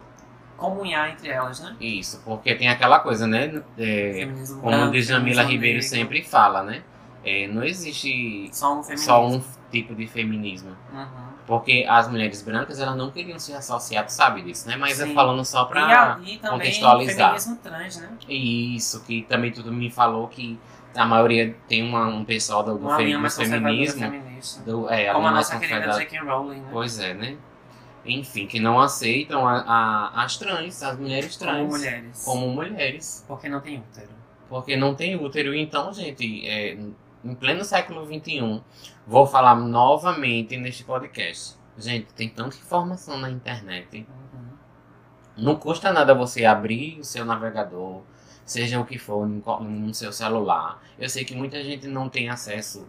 comunhar entre elas, né?
Isso, porque tem aquela coisa, né? É,
Feminismo
como
branco,
diz Jamila
feminismo
Ribeiro
negro,
sempre fala, né? É, não existe
Só um feminismo.
só um tipo de feminismo.
Uhum.
Porque as mulheres brancas, elas não queriam ser associadas, sabe disso, né? Mas
Sim.
é falando só
E, a,
pra...
e também
contextualizar.
feminismo trans, né?
Isso, que também tudo me falou que a maioria tem uma, um pessoal do, do
Uma
fe-
linha
do
mais conservadora
feminismo...
feminista.
Do,
Como
é,
a
linha mais
nossa querida
conservadora.
J.K. Rowling, né?
Pois é, né? Enfim, que não aceitam a- a- as trans, as mulheres trans,
Como mulheres.
como mulheres,
Porque não tem útero.
porque não tem útero. Então, gente, é, em pleno século XXI, vou falar novamente neste podcast. Gente, tem tanta informação na internet.
Uhum.
Não custa nada você abrir o seu navegador, seja o que for, em qual- no seu celular. Eu sei que muita gente não tem acesso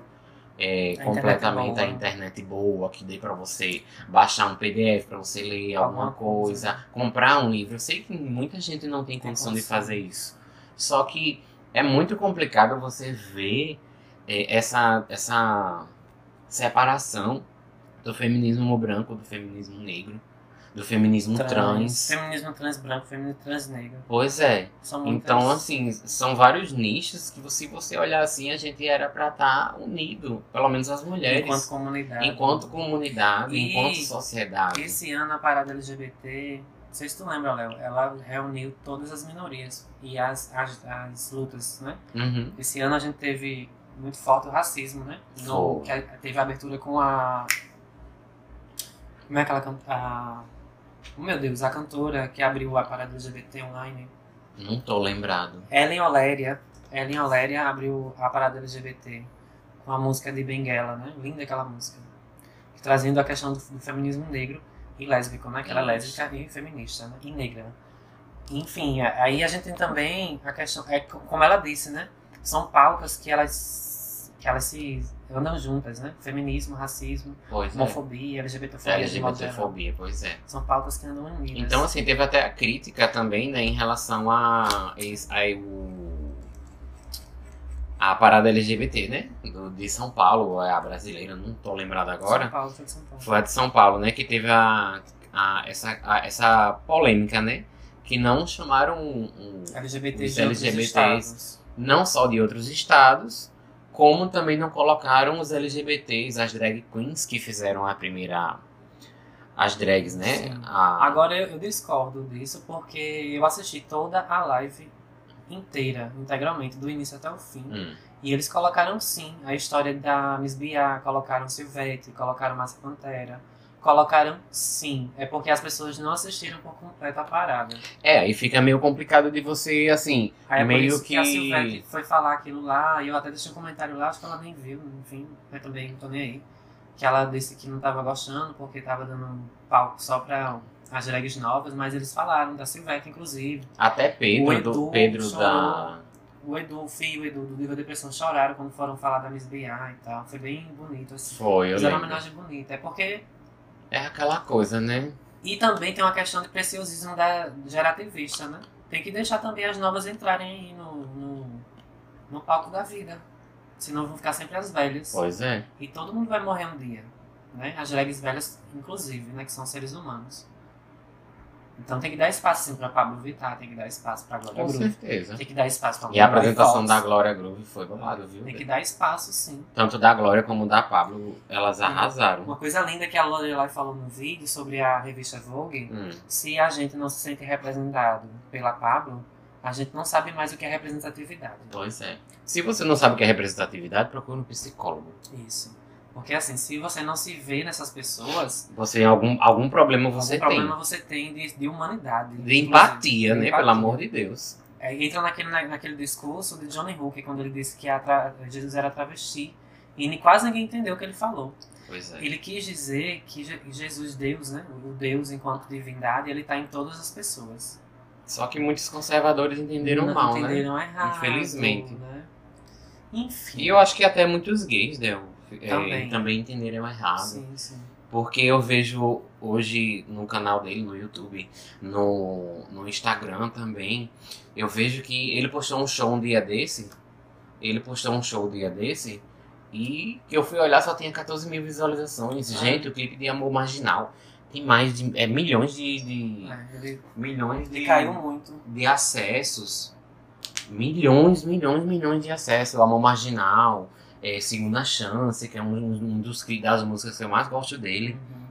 é,
internet
completamente à
boa.
internet boa, que dê para você baixar um PDF, para você ler alguma
Alguma coisa. É
coisa, comprar um livro. Eu sei que muita gente não tem
Tem
condição de
condição.
fazer isso. Só que é muito complicado você ver é, essa, essa separação do feminismo branco, do feminismo negro, do feminismo Um trans.
Feminismo trans branco, feminismo trans negro.
Pois é.
São muitas.
Então, assim, são vários nichos que, se você olhar assim, a gente era pra estar unido, pelo menos as mulheres,
enquanto
enquanto,
comunidade.
comunidade,
E
enquanto sociedade.
Esse ano a parada LGBT, não sei se tu lembra, Léo, ela reuniu todas as minorias e as, as, as lutas, né?
Uhum.
Esse ano a gente teve muito forte o racismo, né? No,
Foi.
que a- teve a abertura com a. Como é que ela canta? A, oh, meu Deus, a cantora que abriu a parada LGBT online.
Não tô lembrado.
Ellen Oléria. Ellen Oléria abriu a parada LGBT com a música de Benguela, né? Linda aquela música. Trazendo a questão do, do feminismo negro e lésbico, né? Que ela é
Isso.
lésbica e feminista, né? E negra. né? Enfim, a- aí a gente tem também a questão... É, co- como ela disse, né? São pautas que elas, que elas se andam juntas, né? Feminismo, racismo,
Pois é.
homofobia, LGBTfobia. de modo geral.
LGBTfobia, pois é.
São pautas que andam unidas.
Então, assim, teve até a crítica também, né, em relação a, esse- a, o, a parada LGBT, né, do- de São Paulo, ou é a brasileira, não tô lembrado agora.
São Paulo, foi de São Paulo.
Foi a de São Paulo, né, que teve a, a- essa, a- essa polêmica, né, que não chamaram, o- o-
LGBT
Os
de outros
LGBTs.
estados.
não só de outros estados, como também não colocaram os LGBTs, as drag queens que fizeram a primeira... As drags, né?
Sim.
A-
Agora eu, eu discordo disso porque eu assisti toda a live inteira, integralmente, do início até o fim.
Hum,
E eles colocaram sim a história da Miss Biá, colocaram Silvete, colocaram Massa Pantera. Colocaram sim. É porque as pessoas não assistiram por completo a parada.
É, aí fica meio complicado de você, assim,
Aí é por
Meio
isso que... a
que-
Silvete foi falar aquilo lá, e eu até deixei um comentário lá, acho que ela nem viu, enfim, eu também não tô nem aí. Que ela disse que não tava gostando, porque tava dando um palco só pra as drags novas, mas eles falaram da Silvete, inclusive.
até Pedro,
O Edu
do Pedro
chorou.
da.
O Edu, o filho, o Edu do Diva Depressão choraram quando foram falar da Miss Biá e tal. Foi bem bonito, assim.
Foi, eu
Fizeram uma
lembro.
homenagem bonita. É porque.
É aquela coisa, né?
E também tem uma questão de preciosismo da gerativista, né? Tem que deixar também as novas entrarem aí no, no, no palco da vida. Senão vão ficar sempre as velhas.
Pois é.
E todo mundo vai morrer um dia, né? As drags velhas, inclusive, né? Que são seres humanos. Então tem que dar espaço, sim, pra Pablo Vittar, tem que dar espaço pra Glória
Com
Groove.
certeza.
Tem que dar espaço pra
E a
Manoel
apresentação
Fox.
da Glória Groove foi babado, viu?
Tem que dar espaço, sim.
Tanto da Glória como da Pablo, elas arrasaram.
Uma coisa linda que a Lorelai falou no vídeo sobre a revista Vogue,
Hum,
se a gente não se sente representado pela Pablo, a gente não sabe mais o que é representatividade.
pois é. Se você não sabe o que é representatividade, procura um psicólogo.
Isso. Porque assim, se você não se vê nessas pessoas,
Você algum, algum problema você
algum
tem.
problema você tem de, de humanidade.
De
inclusive.
empatia,
De
né? Pelo
empatia.
amor de Deus.
É, entra naquele, na- naquele discurso de Johnny Hooker, quando ele disse que a tra- Jesus era travesti. E ni- quase ninguém entendeu o que ele falou.
Pois é.
Ele quis dizer que Je- Jesus, Deus, né? O Deus enquanto divindade, ele tá em todas as pessoas.
Só que muitos conservadores entenderam
Não
mal, né?
entenderam errado.
Infelizmente.
né? Enfim.
E eu acho que até muitos gays, né? eh,
Também.
também entenderam errado.
Sim, sim.
Porque eu vejo hoje no canal dele, no YouTube, no, no Instagram também, eu vejo que ele postou um show um dia desse. Ele postou um show um dia desse. E que eu fui olhar, só tinha 14 mil visualizações.
Ah.
Gente, o clipe de Amor Marginal tem mais de. É, milhões de. de-
É, ele,
milhões de.
ele caiu um- muito.
de acessos. Milhões, milhões, milhões de acessos. Amor Marginal, eh, Segunda Chance, que é um, um dos, cli- das músicas que eu mais gosto dele.
Uhum,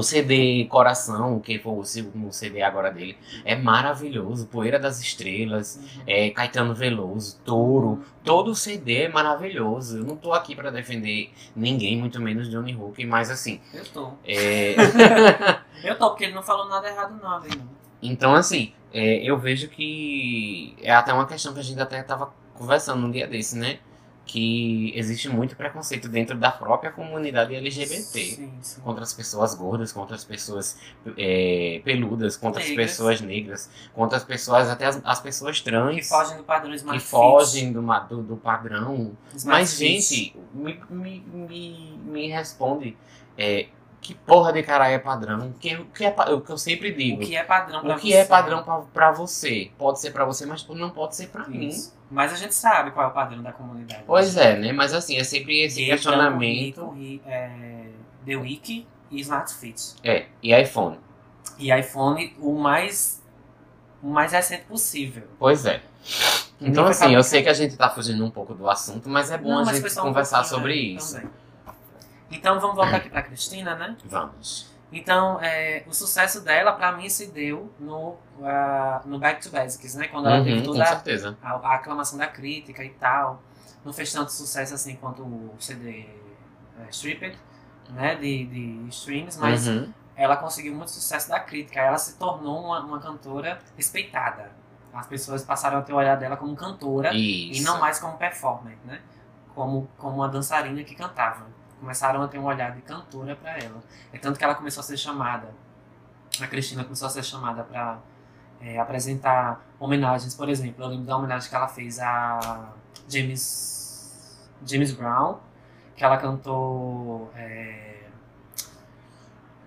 O CD Coração, que foi o segundo CD agora dele, é maravilhoso. Poeira das Estrelas,
uhum.
é, um Caetano Veloso, Touro. Todo o CD é maravilhoso. Eu não tô aqui pra defender ninguém, muito menos Johnny Hooker, mas assim.
Eu tô.
é,
Eu tô, porque ele não falou nada errado, não, velho.
então, assim, é, eu vejo que é até uma questão que a gente até tava conversando um dia desse, né? que existe muito preconceito dentro da própria comunidade LGBT.
Sim, sim.
Contra as pessoas gordas, contra as pessoas é, peludas, contra as
Negras.
pessoas negras, contra as pessoas, até as, as pessoas
Que
trans,
fogem do padrão Smart
que
Fit.
fogem do, ma- do, do padrão.
Smart
Mas,
Fit.
gente, me, me, me, me responde. é, que porra de caralho é padrão? Que, que é, pa- o que eu sempre
o
digo.
que é padrão pra
O que
você?
é padrão pra, pra você? Pode ser pra você, mas tipo, não pode ser pra mim.
Isso. Mas a gente sabe qual é o padrão da comunidade.
Pois é, né? Mas assim, é sempre esse
Gay,
questionamento.
branco, rico, ri- é, The Wiki e Smart Fit.
É, e iPhone.
E iPhone o mais, o mais recente possível.
Pois é.
Nem
Então,
vai
assim, eu
acabar.
sei que a gente tá fugindo um pouco do assunto, mas é bom
Não,
a
mas
gente
foi só um
conversar
pouquinho,
sobre
né?
isso.
Também. Então vamos voltar aqui pra Cristina, né?
Vamos.
Então, é, o sucesso dela, pra mim, se deu no, ah, no Back to Basics, né? Quando ela teve
Uhum, com
toda a
certeza.
a, a aclamação da crítica e tal. Não fez tanto sucesso assim quanto o CD é, Stripped, né? De, de streams, mas
Uhum.
ela conseguiu muito sucesso da crítica. Ela se tornou uma, uma cantora respeitada. As pessoas passaram a ter o olhar dela como cantora
Isso.
e não mais como performer, né? Como, como uma dançarina que cantava. Começaram a ter um olhar de cantora para ela. É tanto que ela começou a ser chamada, a Cristina começou a ser chamada para apresentar homenagens, por exemplo. Eu lembro da homenagem que ela fez a James, James Brown, que ela cantou. é,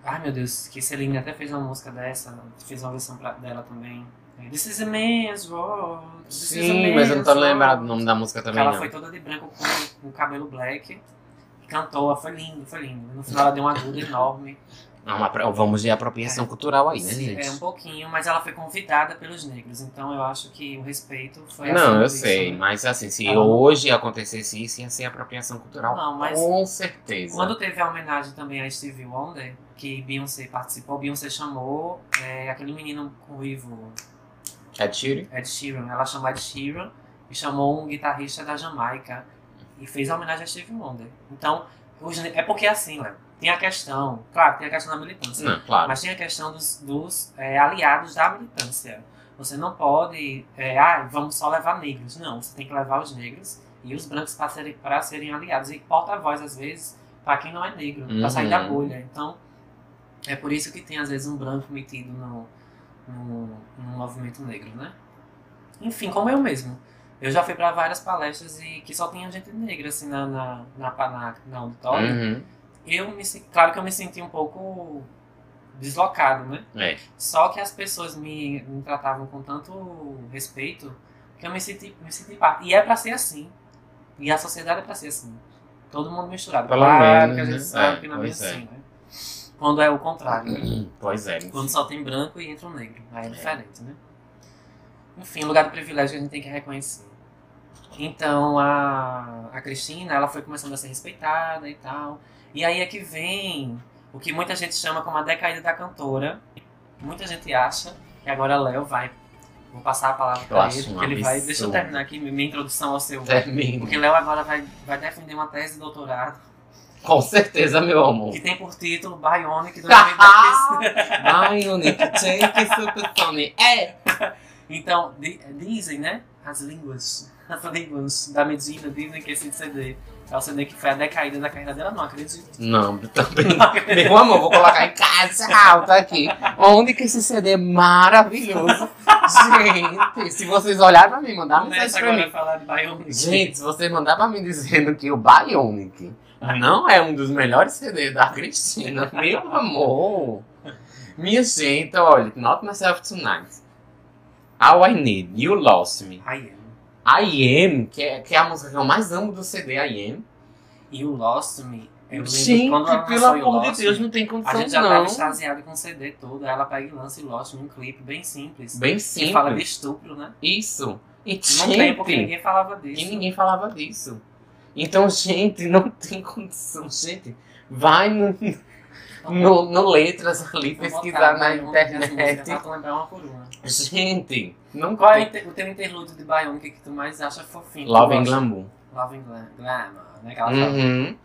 Ai meu Deus, que Celine até fez uma música dessa, fez uma versão pra- dela também. É, This is a man's world. This is a
Sim, mas eu não tô
man's
lembrado
world.
do nome da música
Que
também,
ela
não.
foi toda de branco com, com cabelo black. E cantou, foi lindo, foi lindo. No final ela deu uma aguda enorme.
É uma apro- vamos de apropriação
É.
cultural aí, né,
Sim,
gente?
é um pouquinho, mas ela foi convidada pelos negros. Então eu acho que o respeito foi
Não,
acima
eu
disso,
sei,
né?
mas assim, se
Ela-
hoje acontecesse isso, ia ser apropriação cultural.
Não, mas-
Com certeza.
Quando teve a homenagem também a Stevie Wonder, que Beyoncé participou, Beyoncé chamou é, aquele menino ruivo,
Ed Sheeran?
Ed Sheeran. Ela chamou Ed Sheeran e chamou um guitarrista da Jamaica e fez a homenagem a Stevie Wonder. Então, os ne- é porque é assim, Léo. Tem a questão, claro, tem a questão da militância.
Não, claro.
Mas tem a questão dos, dos, é, aliados da militância. Você não pode, é, ah, vamos só levar negros. Não, você tem que levar os negros e os brancos para serem, pra serem aliados. E porta-voz, às vezes, para quem não é negro, pra
Uhum.
sair da bolha. Então, é por isso que tem, às vezes, um branco metido no, no, no movimento negro, né? Enfim, como eu mesmo. Eu já fui para várias palestras e que só tinha gente negra, assim, na, na, na, na, na auditório
Uhum.
eu me sen- claro que eu me senti um pouco deslocado, né?
É.
Só que as pessoas me, me tratavam com tanto respeito que eu me senti me senti parte. E é pra ser assim. E a sociedade é pra ser assim. Todo mundo misturado.
Pelo
claro
menos,
que a gente
né?
sabe
É,
que não é bem
pois é.
assim, né? Quando é o contrário. né?
Pois é.
Quando só tem branco e entra um negro. Aí é diferente, né? Enfim, lugar do privilégio a gente tem que reconhecer. Então a, a Cristina, ela foi começando a ser respeitada e tal. E aí é que vem o que muita gente chama como a decaída da cantora. Muita gente acha que agora Léo vai. Vou passar a palavra pra
acho
ele,
um
porque ele vai.
absurdo. É.
Deixa eu terminar aqui minha introdução ao seu.
Termino.
Porque Léo agora vai, vai defender uma tese de doutorado
Com certeza, meu amor.
que tem por título Bionic 2016.
Bionic Tank Super Sonic. É.
Então, di- dizem, né? As línguas. As línguas da medicina dizem que esse CD é o CD que foi a decaída da carreira dela. Não acredito.
Não, também. Meu amor, vou colocar em casa alta aqui. Onde que esse CD é maravilhoso. Gente, se vocês olharem pra mim, mandar
Começa
mensagem pra
agora
mim.
a falar de Bionic.
Gente, se você mandar pra mim dizendo que o Bionic não é um dos melhores CDs da Cristina, meu amor. Minha gente, olha, Not Myself Tonight. All I Need, You Lost Me.
Ai, é.
I Am, que é, que é a música que eu mais amo do CD, I Am.
E o Lost Me. Eu lembro
Gente,
quando ela
pelo
lançou You
amor de
Lost
Deus,
Me,
não tem
a
condição
gente já
não.
tava extasiado com o CD todo. Ela pega e lança e Lost Me um clipe bem simples.
Bem
Que fala de
simples.
estupro, né?
Isso. E
Não tem, porque
gente,
ninguém falava disso.
E ninguém falava disso. Então, gente, não tem condição. Gente, vai no,
Então,
no, no Letras ali
vou
pesquisar
botar um.
na
Bionic nas músicas
internet.
Pra lembrar uma por uma.
Gente, não
Qual é o
tem.
inter- o teu interlúdio de Bionic que tu mais acha fofinho? Tu
Love and
gosta?
Glamour.
Love and Glam- Glamour, né? Que ela fala.
Uhum.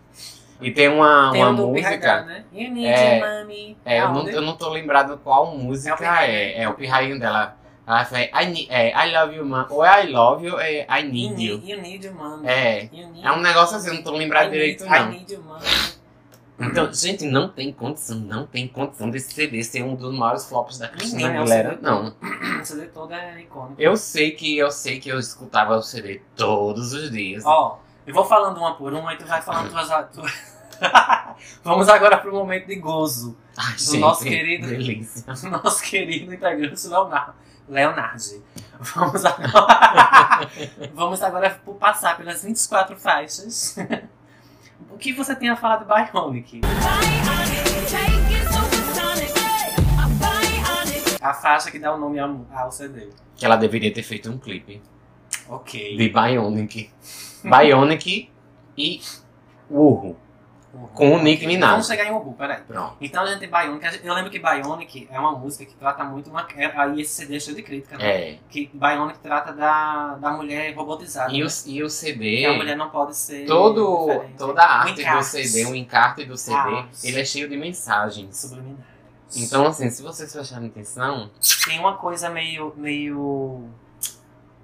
E tem uma,
Tem
uma
um do PRH,
música.
né? You need
É,
your mommy.
É, eu,
um
não,
de-
eu não tô lembrado qual música
pirrainha.
é. É o pirrainho dela. Ela foi, I, need, é, I love you, man. Ou é I love you, é I
You
need you.
need, you need your money.
É.
You need,
É um negócio assim, eu não tô lembrado
I
direito,
need,
não.
I need your money.
Então, gente, não tem condição, não tem condição desse CD ser um dos maiores flops da
Não,
Cristina
é um
Aguilera,
CD.
não.
O CD todo é icônico.
Eu sei que eu sei que eu escutava o CD todos os dias.
Ó, eu vou falando uma por uma e tu vai falando tuas... tu- Vamos agora pro momento de gozo.
Ai,
do nosso querido-
Delícia.
do Nosso querido integrante Leonardo. Leonardo. Vamos agora... Vamos agora por passar pelas 24 faixas. O que você tem a falar do Bionic? A faixa que dá o nome ao- ao CD.
Que ela deveria ter feito um clipe
Ok.
de Bionic. Bionic e Urro. com o Nicki Minaj.
Vamos chegar em Ubu, peraí.
Pronto.
Então a gente tem Bionic. a gente- Eu lembro que Bionic é uma música que trata muito uma. é- Aí esse CD é cheio de crítica, né?
É.
Que Bionic trata da, da mulher robotizada.
E
né?
o, e o CD.
Que a mulher não pode ser.
Todo,
diferente.
toda a
Um
arte do
encarte
CD, o encarte do CD,
Ah, sim.
ele é cheio de mensagens.
Subliminar.
Então, assim, se vocês prestarem atenção,
Tem uma coisa meio. meio.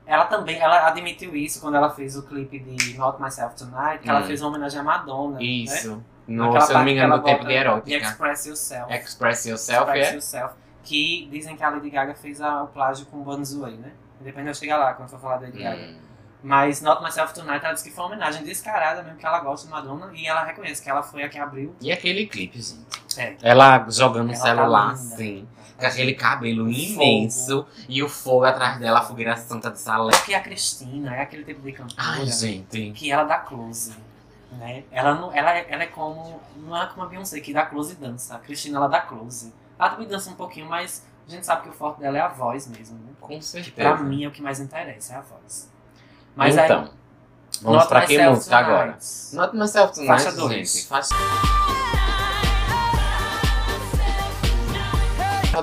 Ela também, ela admitiu isso quando ela fez o clipe de Not Myself Tonight, que ela
Hum.
fez uma homenagem à Madonna. né?
isso, no,
Aquela
se eu
parte
não me
que
engano,
ela
no tempo
bota
de
The
erótica.
Express Yourself.
Express Yourself
Express
é.
Yourself, que dizem que a Lady Gaga fez a- o plágio com o Bon Zoe, né? Depois nós chega lá, quando for falar da Lady Gaga.
Hum,
Mas Not Myself Tonight, ela disse que foi uma homenagem descarada mesmo, que ela gosta de Madonna, e ela reconhece que ela foi a que abriu.
E aquele clipe, gente.
É.
Ela jogando o
Ela tá
celular,
linda. É.
assim, com aquele cabelo imenso e o fogo atrás dela, a fogueira santa de salé.
Que É a Cristina é aquele tipo de cantora
Ai, gente.
que ela dá close. Né? Ela, não, ela, é- ela é como. Não é como a Beyoncé que dá close e dança. A Cristina ela dá close. Ela também dança um pouquinho, mas a gente sabe que o forte dela é a voz mesmo. Né?
Com
Pra
certeza.
mim é o que mais interessa, é a voz. Mas aí,
então, vamos
Not
pra que
Myself
música
Tonight.
agora? Not Myself Tonight,
Faixa dois.
gente. Faixa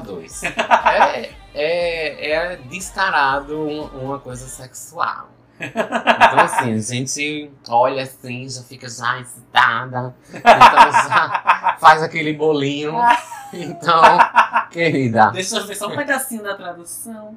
2. É, é, é descarado um- uma coisa sexual. Então, assim, a gente olha assim, já fica já excitada. Então, já faz aquele bolinho. Então, querida.
Deixa eu ver só um pedacinho da tradução.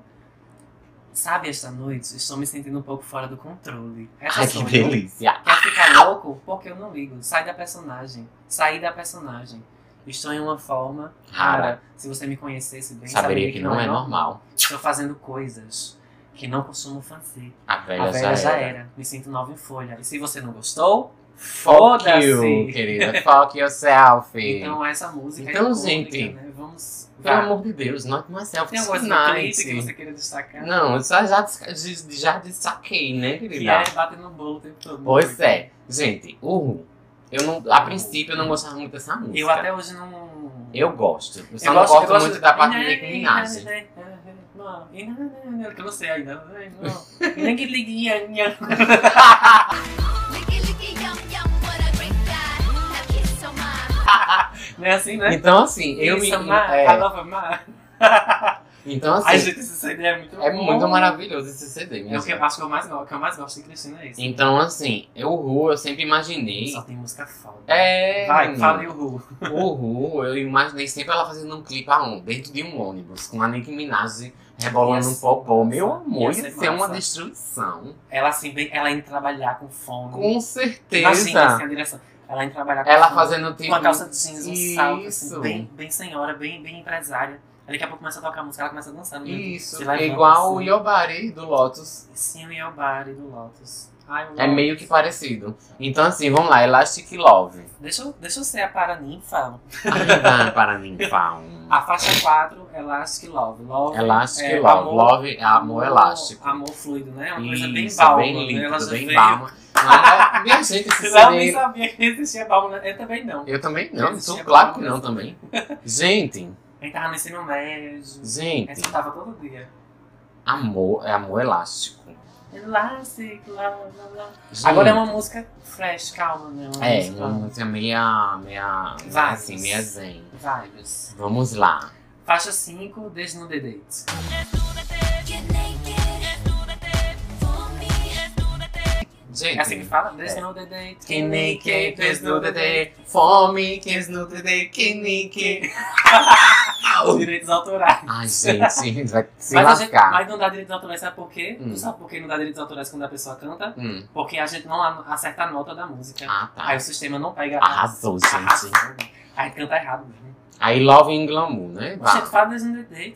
Sabe, esta noite estou me sentindo um pouco fora do controle. Essa
Ai, que
sonho.
delícia.
Quer ficar louco? Porque eu não ligo. Sai da personagem. Saí da personagem. Estou em uma forma
Cara,
rara. Se você me conhecesse bem,
saberia que não é normal.
Estou fazendo coisas que não costumo fazer.
A velha,
A velha já
era.
era. Me sinto nova em folha. E se você não gostou,
Fuck you,
foda-se.
querida. Fuck yourself.
Então essa música é
Então,
icônica,
gente,
né? Vamos.
Pelo
Vá.
amor de Deus, é not myself
Tem alguma coisa
tonight.
clipe que você queira destacar?
Não, eu só já, desca- des- já destaquei, né,
Que
querida?
é bater no bolo o tempo todo.
Pois é. Gente, o eu não, a princípio eu não gostava muito dessa música.
Eu até hoje não.
Eu gosto. Eu só não gosto, muito da parte de Nicki Minaj.
né? É, Que eu não sei ainda. não. Nem que liguinha. nha. Não é assim, né?
Então assim, eu me...
Isso, Mar,
é,
I love Mar.
então
Ai,
assim,
gente, esse CD é muito
é
bom.
muito maravilhoso esse CD,
É
minha
o que
gente.
eu acho que eu mais gosto, que eu mais gosto de Cristina é esse.
Então assim, eu Ru, eu sempre imaginei...
Só tem música foda.
É,
Vai,
menino.
fala e o Ru.
o Ru, eu imaginei sempre ela fazendo um clipe a um, dentro de um ônibus, com a Nicki Minaj rebolando
Ia
um
ser
popô.
massa.
Meu amor,
Ia ser
ia ser uma
massa.
destruição.
Ela assim, bem, ela indo trabalhar com fome.
Com
Imagina, assim,
certeza.
a direção. Ela indo trabalhar com
Ela
fome.
fazendo tipo...
uma calça jeans, um salto,
Isso.
assim, bem, bem senhora, bem, bem empresária. Aí daqui a pouco começa a tocar música, ela começa a dançar. né? no meio,
Isso,
se
é
levanta,
igual o
assim.
Yobari do Lotus.
Sim, o Yobari do Lotus. Ai, o
É
Lotus.
meio que parecido. Então, assim, vamos lá. Elastic Love.
Deixa eu, deixa eu ser a paraninfa.
Ainda para mim, pau.
A faixa 4, Elastic Love. Love
Elastic
é
Love.
amor-
Love é amor, elástico.
Amor fluido, né? Uma coisa bem
Isso, é
balma.
bem
né? Ela
líquido,
já
bem
veio-
balma. Mas, é, minha gente, esse
Eu nem
CD...
sabia que existia balma. né? Eu também não.
Eu também não,
Esse
sou
é
claro
bom,
que
né?
não também. Gente,
A gente tava no ensino médio. A
gente,
gente tava todo dia.
amor é amor elástico.
Elastic Love. love, love.
Gente,
Agora é uma música fresh, calma, né? Uma
É,
música-
uma música meia, meia, meia
Vibes.
assim, meia zen.
Vibes.
Vamos lá.
Faixa 5, Desnude Date.
jeito.
É assim que fala? There's
É.
no the day.
Kenny K, there's no the day. For me, there's no the day. Kenny K.
Os direitos autorais.
Ai, gente, a gente vai se
mas, a gente,
lascar.
mas não dá direitos autorais, sabe por quê?
Hum.
Tu sabe por que não dá direitos autorais quando a pessoa canta?
Hum.
Porque a gente não a- acerta a nota da música.
Ah, tá.
Aí o sistema não pega.
Arrasou, gente.
Aí canta errado mesmo.
Aí Love in Glamour, né?
Você
Vá.
fala There's no the day.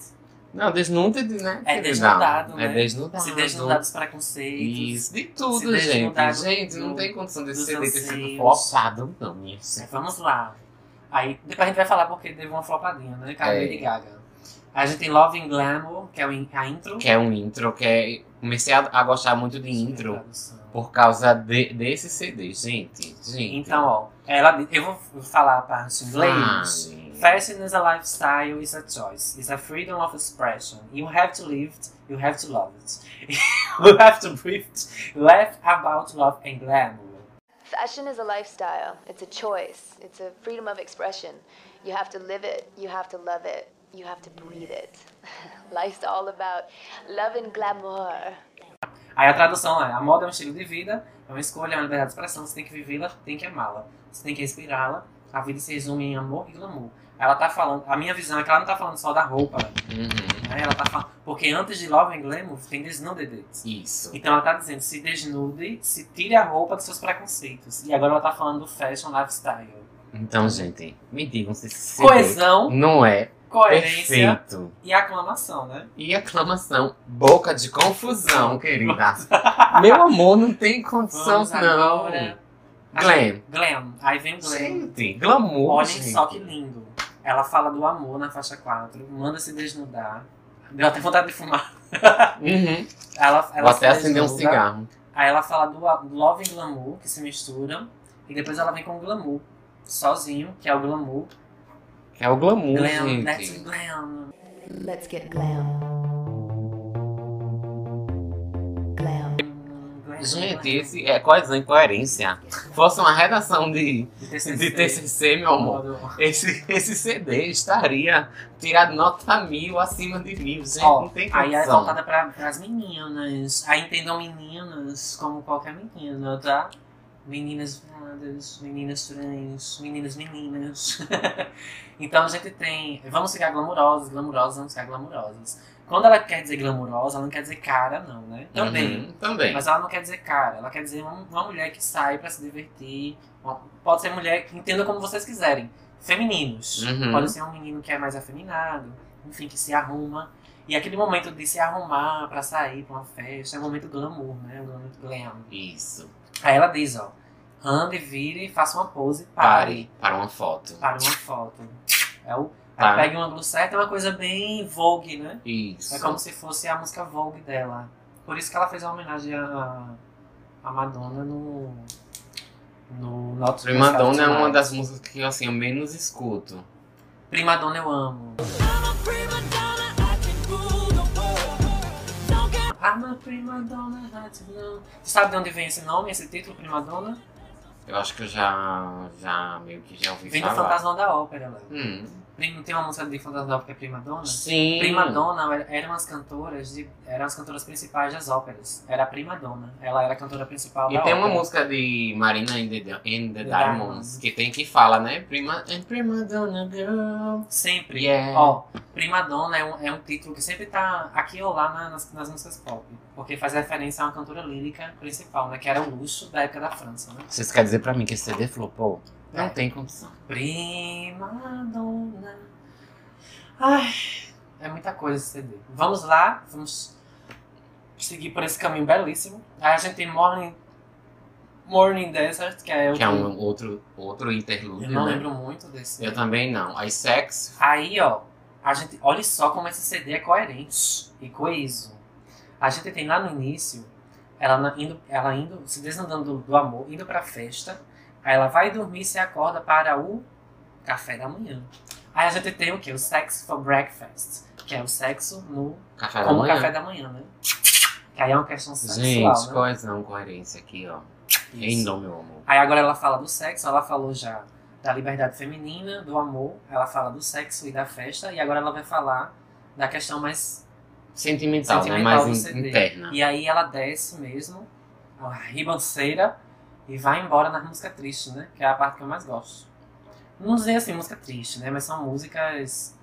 Não, desnudado, né?
É
querida?
desnudado,
É
né?
desnudado.
Se desnudar dos preconceitos.
Isso, de
Se
tudo, gente.
desnudado
Gente, não
do-
tem condição desse
dos
CD ter sido
anseios.
flopado, não, minha
Mas
senhora.
Vamos lá. Aí depois a gente vai falar porque teve uma flopadinha, né? Com a
É.
Lady Gaga. A gente tem Love and Glamour, que é o in- a intro.
Que é um intro, que é... Comecei a, a gostar muito de
tá.
intro
Tradução.
por causa de- desse CD, gente. Gente.
Então, ó, ela, eu vou falar a parte em inglês.
falem.
Fashion is a lifestyle, is a choice, is a freedom of expression. You have to live it, you have to love it. you have to breathe it. Laugh about love and glamour.
Fashion is a lifestyle. It's a choice. It's a freedom of expression. You have to live it. You have to love it. You have to breathe it. Life's all about love and glamour.
Aí a tradução é: a moda é um estilo de vida, é uma escolha, é uma liberdade de expressão, você tem que vivê-la, tem que amá-la, você tem que respirá-la. A vida se resume em amor e glamour. Ela tá falando, a minha visão é que ela não tá falando só da roupa, né?
Uhum.
Ela tá falando, porque antes de Love and Glamour tem Desnude Dates.
Isso.
Então ela tá dizendo, se desnude, se tire a roupa dos seus preconceitos. E agora ela tá falando do fashion lifestyle.
Então, gente, me digam se esse CD
Coesão,
não é
coerência
perfeito.
e aclamação, né?
E aclamação, boca de confusão, querida. Meu amor, não tem condição,
Vamos
não.
agora. né?
Glam.
Glam. Aí vem o Glam.
Gente, glamour,
Olhem
gente.
só que lindo. Ela fala do amor na faixa 4, manda se desnudar. Deu até vontade de fumar.
Uhum.
Ela, ela
Vou
se
até acender um
desnuda,
cigarro.
Aí ela fala do a- do love e glamour, que se misturam. E depois ela vem com o glamour. Sozinho, que é o glamour.
É o glamour,
Glam, let's
gente.
glam.
Let's get glam. Glam.
glam,
Gente,
glam.
esse é coesão e coerência. Fosse uma redação de,
De TCC.
de TCC, meu amor. Esse, esse CD estaria tirado nota mil acima de mil, gente.
Ó,
não tem
aí é
condição.
voltada pra, pras meninas. Aí entendam meninas como qualquer menina, tá? Meninas viradas, meninas trans, meninas meninas. então a gente tem. Vamos ficar glamurosas, glamurosas, vamos ficar glamurosas. Quando ela quer dizer glamurosa, ela não quer dizer cara, não, né? Também.
Uhum, também.
Mas ela não quer dizer cara, ela quer dizer um- uma mulher que sai pra se divertir. Uma- Pode ser mulher, entenda como vocês quiserem. Femininos.
Uhum.
Pode ser um menino que é mais afeminado, enfim, que se arruma. E aquele momento de se arrumar pra sair pra uma festa é o momento glamour, né? O momento glam.
Isso.
Aí ela diz, ó. Ande, vire, faça uma pose e pare.
Pare para uma foto.
Pare uma foto. É o.
Tá.
Aí pega um ângulo certo, é uma coisa bem vogue, né?
Isso.
É como se fosse a música Vogue dela. Por isso que ela fez uma homenagem à, à Madonna no. No Not
Prima Donna é uma
Tonight.
das músicas que assim, eu menos escuto.
Prima Donna eu amo. I'm a Ah, prima donna, I don't know. Você sabe de onde vem esse nome, esse título, Prima Donna?
Eu acho que eu já, já meio que já ouvi
Vem do
falar.
Fantasma da Ópera lá.
Hum.
Não tem uma música de Fantasma da Ópera que é Prima Donna?
Sim.
Prima Donna era- eram as cantoras de, eram as cantoras principais das óperas. Era a Prima Donna. Ela era a cantora principal da
E tem uma
ópera.
música de Marina and the, and
The
the Diamonds
Diamonds.
que tem que fala, né? Prima, and prima Donna Girl.
Sempre.
Yeah.
Ó, Prima Donna é um, é um título que sempre tá aqui ou lá na- nas, nas músicas pop. Porque faz referência a uma cantora lírica principal, né? Que era o luxo da época da França, né?
Vocês querem dizer pra mim que esse CD flopou? Não
É.
tem condição.
Prima Donna. Ai, é muita coisa esse CD. Vamos lá, vamos seguir por esse caminho belíssimo. Aí a gente tem Morning, Morning Desert, que é o.
Que é um outro, outro
Eu
interlúdio,
não
né?
lembro muito desse.
Eu também não. As Sex.
Aí, ó, a gente. Olha só como esse CD é coerente e coeso. A gente tem lá no início, ela na- indo, ela indo se desnudando do, do amor, indo pra festa. Aí ela vai dormir e se acorda para o café da manhã. Aí a gente tem o quê? O sex for breakfast. Que é o sexo no
Café da
como
manhã.
café da manhã, né? Que aí é uma questão
Gente,
sexual, né?
coesão, coerência aqui, ó. Em
Isso.
nome, meu amor.
Aí agora ela fala do sexo, ela falou já da liberdade feminina, do amor, ela fala do sexo e da festa, e agora ela vai falar da questão mais.
Sentimental,
Sentimental
né?
do
Mais in-
CD.
interna.
E aí ela desce mesmo, uma ribanceira e vai embora na música triste, né? Que é a parte que eu mais gosto. Não dizer assim música triste, né? Mas são músicas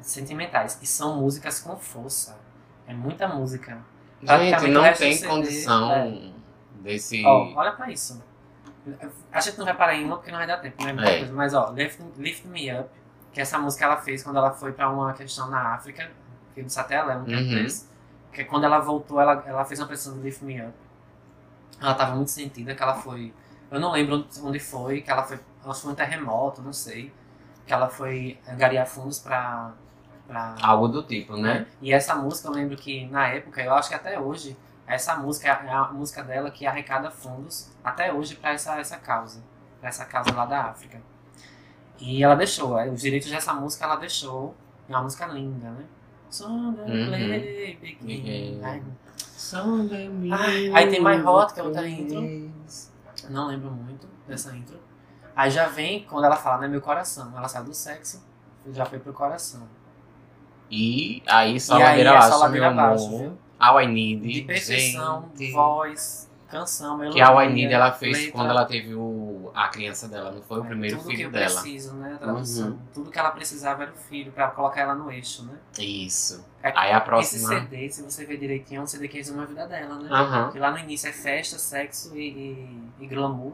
sentimentais. E são músicas com força. É muita música.
Gente,
Praticamente o
não
resto do
tem
CD,
condição
é.
desse.
Ó, olha pra isso. A gente não vai parar em uma porque não vai dar tempo, né? muita
É.
coisa, Mas ó, Lift, Lift Me Up, que é essa música ela fez quando ela foi pra uma questão na África, que eu disse até ela, é um tempo
Uhum.
desse, que quando ela voltou, ela, ela fez uma pressão do Lift Me Up. Ela tava muito sentida, que ela foi. Eu não lembro onde- onde foi, que ela foi. Acho que foi um terremoto, não sei. Que ela foi angariar fundos pra. pra
Algo do tipo, né?
e essa música, eu lembro que na época, eu acho que até hoje, essa música é a música dela que arrecada fundos até hoje para essa, essa causa, para essa causa lá da África. E ela deixou, eh, os direitos dessa música ela deixou, é uma música linda, né? Sunday,
Uhum.
play, begin.
Uhum.
Ai, aí tem My Hot, que é outra intro. Não lembro muito dessa intro. Aí já vem quando ela fala, né? Meu coração. Ela sai do sexo, já foi pro coração.
E aí só
e aí
ladeira
é
abaixo,
só
meu
ladeira abaixo,
amor.
viu?
All I Need.
de perfeição,
gente.
voz, canção, melodia.
Que a All I Need ela fez
letra.
quando ela teve o, a criança dela, não foi o
É,
primeiro
tudo que
filho
eu
dela.
Preciso, né, a tradução. Tudo que ela precisava era o filho, pra colocar ela no eixo, né?
Isso.
É,
Aí a
Esse
próxima. Ah.
CD, se você ver direitinho, é um CD que resume a vida dela, né?
Aham.
Porque lá no início é festa, sexo e, e- e glamour.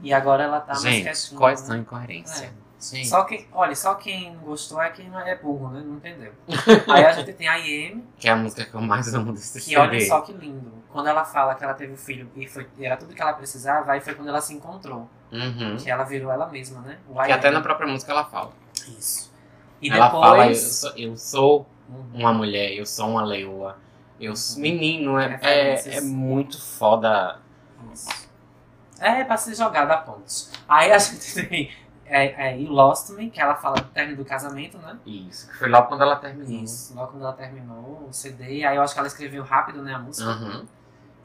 E agora ela tá mais
Gente,
quietinha.
quais são
né?
incoerência? Gente.
Só que, olha, só quem não gostou é quem não é burro, né? Não entendeu. Aí a gente tem a IM,
Que é a música que eu mais amo desse
Que
CD.
olha só que lindo. Quando ela fala que ela teve o filho e foi, era tudo que ela precisava, aí foi quando ela se encontrou.
Uhum.
Que ela virou ela mesma, né? O
Que
I
até
am.
na própria música ela fala.
Isso. E
ela
depois.
fala, eu sou, eu sou
Uhum.
uma mulher, eu sou uma leoa. Eu sou... Menino, é,
Referências.
é, é muito foda.
Isso. É, pra se jogar da ponte. Aí a gente tem. É, é, e Lost Me, que ela fala do término do casamento, né?
Isso. que Foi logo quando ela terminou.
Isso. Logo quando ela terminou o CD. Aí eu acho que ela escreveu rápido, né? A música.
Uhum.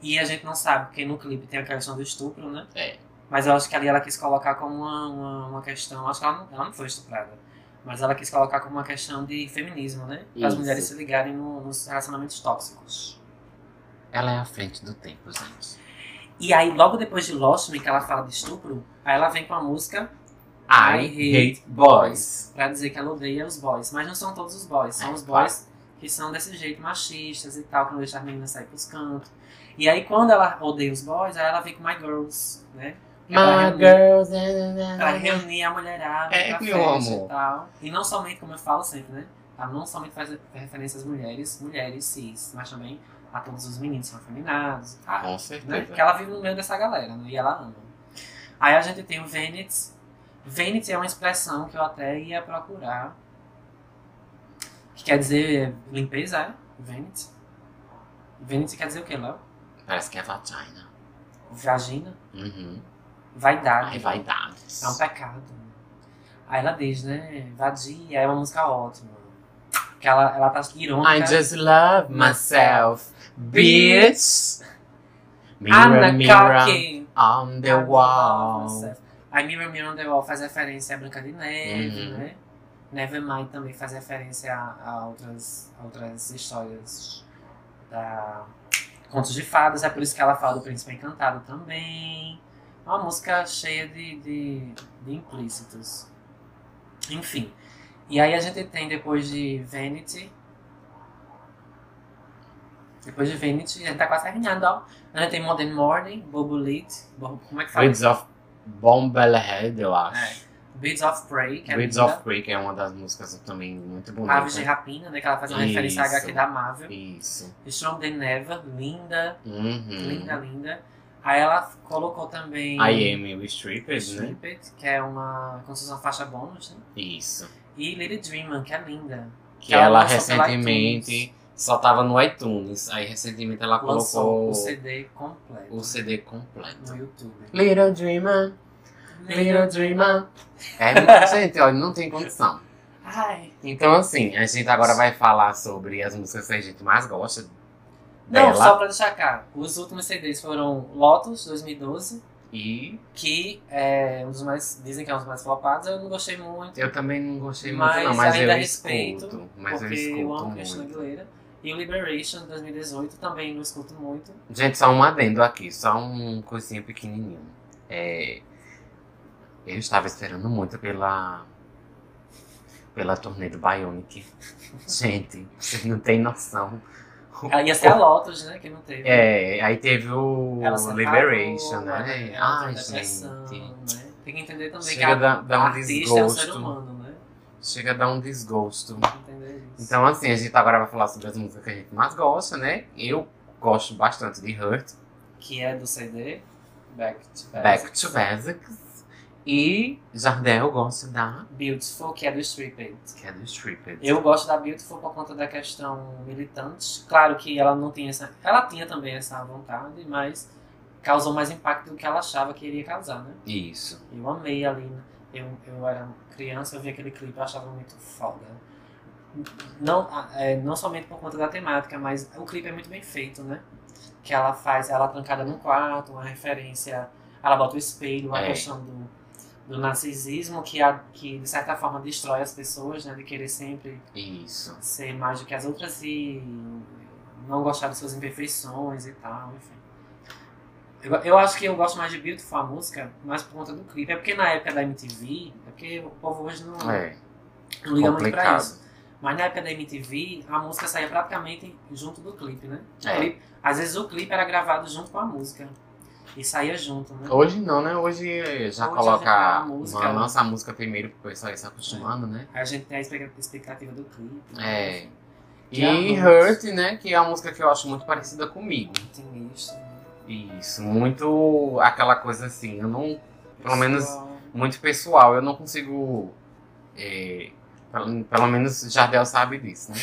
E a gente não sabe, porque no clipe tem a questão do estupro, né?
É.
Mas eu acho que ali ela quis colocar como uma, uma, uma questão. Acho que ela não, ela não foi estuprada. Mas ela quis colocar como uma questão de feminismo, né? Para as
Isso.
mulheres se ligarem no- nos relacionamentos tóxicos.
Ela é à frente do tempo, gente.
E aí, logo depois de Lost Me, que ela fala de estupro, aí ela vem com a música
I hate boys.
pra dizer que ela odeia os boys. Mas não são todos os boys, são
É,
os boys que são desse jeito, machistas e tal, que não deixam as meninas sair pros cantos. E aí, quando ela odeia os boys, aí ela vem com My Girls, né? Que é pra
My
reunir-
girls. né,
Pra reunir a mulherada
É,
pra
meu
festa
amor.
e tal. E não somente, como eu falo sempre, né? Ela não somente faz referência às mulheres, mulheres cis, mas também a todos os meninos que são afeminados. Ah,
Com
né?
certeza.
Porque ela vive no meio dessa galera, né? E ela ama. Aí a gente tem o Venet. Venet é uma expressão que eu até ia procurar. Que quer dizer limpeza, é? Venet. Venet quer dizer o que, Léo?
Parece que é vagina.
Vagina?
Uhum.
Vaidade.
Ai, vaidades.
É um pecado. Aí ela diz, né? Vadia é uma música ótima. Que ela, ela tá irônica.
I just love myself, bitch. Mirror,
Ana
mirror
Kaki.
on the wall.
Aí Mirror Mirror on the Wall faz referência a Branca de Neve,
Uhum.
né? Nevermind também faz referência a, a outras, a outras histórias da Contos de Fadas. É por isso que ela fala do Príncipe Encantado também. É uma música cheia de, de, de implícitos. Enfim. E aí a gente tem depois de Vanity. Depois de Vanity, a gente tá quase terminando, ó. A gente tem Modern Morning, Bobo Lead. Bo- Como é que fala?
Breeds of Bombelhead, eu acho.
Birds of Prey, que é
Breeds
linda.
of Creek é uma das músicas também muito bonita.
Aves de Rapina, né? Que ela faz uma
Isso.
referência à HQ da Marvel.
Isso.
Strong the Never, linda, linda,
Uhum.
linda. Aí ela colocou também
I am a Strippers, né?
Stripped, que é uma. como se fosse uma faixa bônus, né?
Isso.
E Lady Dreamer, que é linda.
Que ela
lançou pela
recentemente só tava no iTunes. Aí recentemente ela
iTunes, lançou
colocou
o CD completo
o CD completo.
no YouTube.
Little Dreamer, Little Dreamer. É, muita gente, olha, não tem condição.
Ai.
Então, assim, a gente agora vai falar sobre as músicas que a gente mais gosta
Não,
dela.
só pra deixar cá. Os últimos CDs foram Lotus 2012,
E
que é um dos mais. dizem que é um dos mais flopados. Eu não gostei muito.
eu também não gostei
Mas
muito, não, mas
ainda
eu
respeito,
escuto. Mas eu
porque eu,
escuto
amo
muito.
Cristina Aguilera. E o Liberation de 2018 também não escuto muito.
Gente, só um adendo aqui, só um coisinha pequenininho. É, eu estava esperando muito pela pela turnê do Bionic. Gente, vocês não tem noção.
Ah, Ia ser a Lotus, né? Que não teve.
É, aí teve o
Ela separou,
Liberation,
né,
né?
ela
Ai,
teve depressão,
gente.
né? Tem que entender também
Chega
que a,
a dar um
a artista é um ser
desgosto.
humano, né?
Chega a dar um desgosto.
Entender isso.
Então, assim, a gente agora vai falar sobre as músicas que a gente mais gosta, né? Eu gosto bastante de Hurt,
que é do CD Back to Back.
Back to Basics. E Jardel gosta da
Beautiful, que é do Stripped.
Cadê Stripped.
Eu gosto da Beautiful por conta da questão militante. Claro que ela não tem essa. Ela tinha também essa vontade, mas causou mais impacto do que ela achava que iria causar, né?
Isso.
Eu amei a Lina. Eu, eu era criança, eu vi aquele clipe, eu achava muito foda. Não, a- é, não somente por conta da temática, mas o clipe é muito bem feito, né? Que ela faz ela é trancada num quarto, uma referência. Ela bota o espelho, a
É.
questão do, do narcisismo, que, a, que de certa forma destrói as pessoas, né? De querer sempre
Isso.
ser mais do que as outras e não gostar de suas imperfeições e tal, enfim. Eu, eu acho que eu gosto mais de Beautiful a música, mais por conta do clipe. É porque na época da MTV, é porque o povo hoje não,
É,
não liga muito pra isso.
complicado.
Mas na época da MTV, a música saía praticamente junto do clipe, né? O
É.
clipe- às vezes o clipe era gravado junto com a música. E saía junto, né?
Hoje não, né? Hoje já
Hoje
coloca.
já
a
a música, né?
lança a música primeiro pro pessoal ir se acostumando, né?
A gente tem a expecta- expectativa do clipe. né?
É.
Que é a
E
música.
Hurt, né? Que é uma música que eu acho muito parecida comigo.
Tem isso. né?
Isso. Muito aquela coisa assim. Eu não. Pelo menos
Pessoal.
muito pessoal. Eu não consigo. é, pelo, pelo menos Jardel sabe disso, né?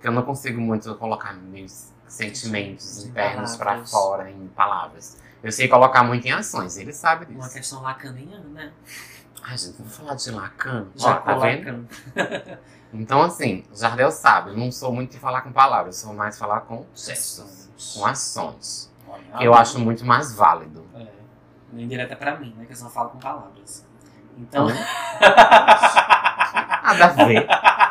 Que Eu não consigo muito colocar meus sentimentos
Em
internos pra
palavras.
fora em palavras. Eu sei colocar muito em ações, ele sabe
Uma
disso.
questão lacaniana, né?
Ai, gente, vamos falar de Lacan? Ó,
Já
tá vendo?
colocando.
Então, assim, Jardel sabe, eu não sou muito de falar com palavras, eu sou mais de falar com gestos, com ações. que
Ah.
eu acho um- muito mais válido.
É. Não indireta pra mim, né? Que eu só falo com palavras. Então.
Tá Nada a ver.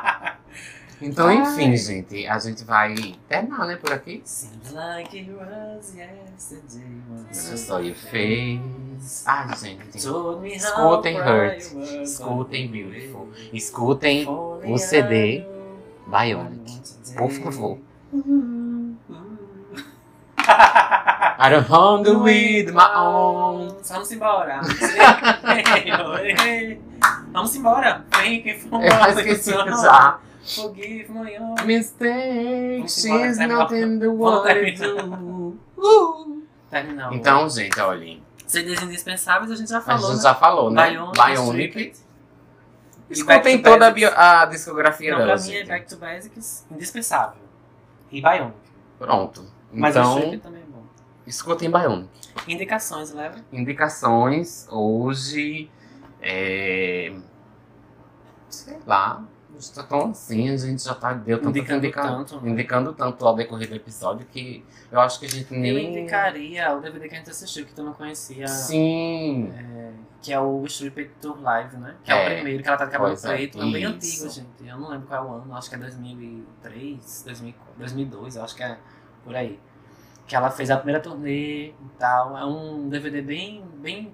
Então, enfim, gente, a gente vai terminar, né, por aqui.
Seems like it was yesterday. when
Olha é só, e fez. Ai, Ah, gente.
told me how
Escutem
bright
Hurt.
you were.
Escutem Beautiful. Escutem
Only
o CD
I know
Bionic.
what to do.
Por favor.
Hum, hum. Uhum.
I don't hunger with my own.
Vamos embora. Vamos embora. Vem, quem for
Eu esqueci já.
Forgive my own.
Mistake,
Vamos embora,
she's
vai,
not
vai.
in the
Vamos
world.
terminar. Terminou.
Então, gente, olhem.
CDs indispensáveis a gente já
A
falou.
gente já falou, né? Bionic.
Stripped. E Back
Escutem
to
toda a,
Basics.
bio- a discografia
Não,
dela,
pra mim é
gente.
Back to Basics indispensável. E Bionic.
Pronto.
Mas o
Então,
Stripped também é bom.
escutem Bionic.
Indicações, leva.
Indicações hoje. É... Sei lá. Está tão assim, a gente já tá, deu tanta
Indicando
indica-
tanto, né?
indicando tanto ao decorrer do episódio que eu acho que a gente
Eu
nem.
indicaria o DVD que a gente assistiu, que tu não conhecia.
Sim.
É, que é o Stripped Tour Live, né? Que é,
É.
o primeiro, que ela tá de cabelo
Pois é,
preto. É, um bem
isso.
antigo, gente. Eu não lembro qual é o ano, acho que é 2003, 2004, 2002, eu acho que é por aí. Que ela fez a primeira turnê e tal. É um DVD bem, bem,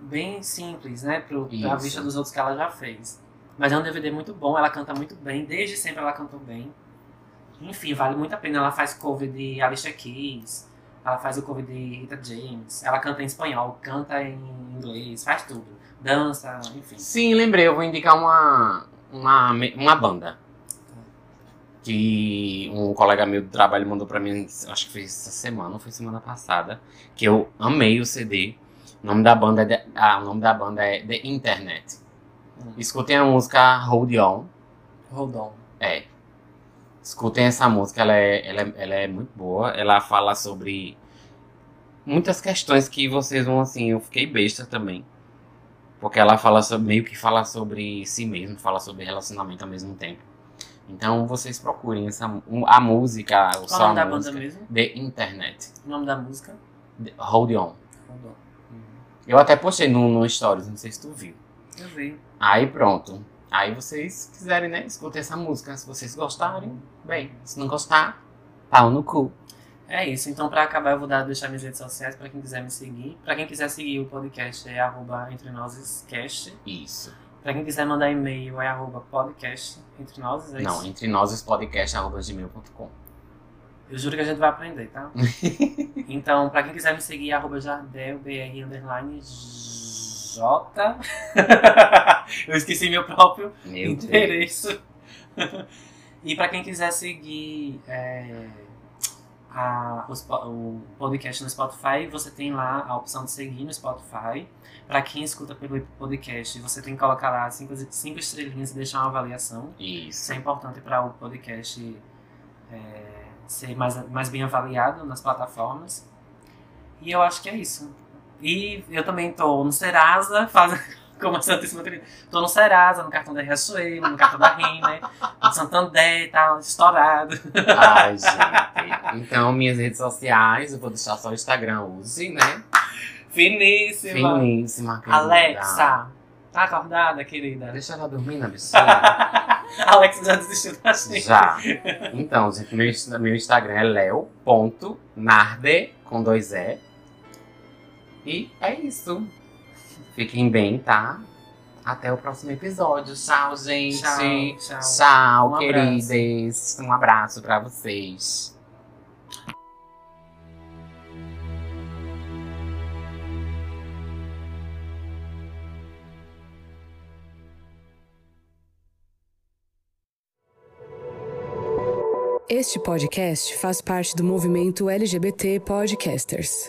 bem simples, né? Pro, pra
Isso.
vista dos outros que ela já fez. Mas é um DVD muito bom, ela canta muito bem. Desde sempre ela cantou bem. Enfim, vale muito a pena. Ela faz cover de Alicia Keys. Ela faz o cover de Rita James. Ela canta em espanhol, canta em inglês, faz tudo. Dança, enfim.
Sim, lembrei, eu vou indicar uma, uma, me- uma banda. Que um colega meu do trabalho mandou pra mim, acho que foi essa semana, ou foi semana passada, que eu amei o CD. O nome da banda é The, ah, o nome da banda é The Internet.
Hum.
Escutem a música Hold On.
Hold on.
É. Escutem essa música, ela é, ela, é, ela é muito boa. Ela fala sobre muitas questões que vocês vão assim. Eu fiquei besta também. Porque ela fala sobre, meio que fala sobre si mesmo, fala sobre relacionamento ao mesmo tempo. Então vocês procurem essa, mu- a música, o
Qual o nome
som
da
da
banda
música.
mesmo?
The Internet.
O nome da música?
The- Hold On.
Hold on.
Eu até postei no, no Stories, não sei se tu viu.
Eu vi.
Aí pronto. Aí vocês quiserem, né? Escutem essa música. Se vocês gostarem, bem. Se não gostar, pau no cu.
É isso. Então, pra acabar, eu vou dar, deixar minhas redes sociais pra quem quiser me seguir. Pra quem quiser seguir o podcast é arroba entre nós cast.
Isso.
Pra quem quiser mandar e-mail é arroba podcast entre nós. É
Não,
isso.
entre nós os podcast, arroba gmail.com.
Eu juro que a gente vai aprender, tá? então, pra quem quiser me seguir, arroba jardelbr underline J. eu esqueci meu próprio.
Meu Deus.
endereço. e para quem quiser seguir é, a- os po- o podcast no Spotify, você tem lá a opção de seguir no Spotify. Para quem escuta pelo podcast, você tem que colocar lá cinco, cinco estrelinhas e deixar uma avaliação. Isso
Isso.
é importante para o podcast é, ser mais, mais bem avaliado nas plataformas. E eu acho que é isso. E eu também tô no Serasa, fazendo, como a Santíssima Trindade. Tô no Serasa, no cartão da Riachuelo, no cartão da Renner, no Santander e tal, estourado.
Ai, gente. Então, minhas redes sociais, eu vou deixar só o Instagram hoje, né?
Finíssima.
Finíssima. querida.
Alexa, tá acordada, querida?
Deixa ela dormir na bichinha.
Alexa já desistiu da gente.
Já. Então, gente, meu, insta- meu Instagram é leo.narde, com dois E. E é isso. Fiquem bem, tá? Até o próximo episódio. Tchau, gente.
Tchau, tchau.
Tchau,
Um abraço.
queridas. Um abraço pra vocês.
Este podcast faz parte do movimento LGBT Podcasters.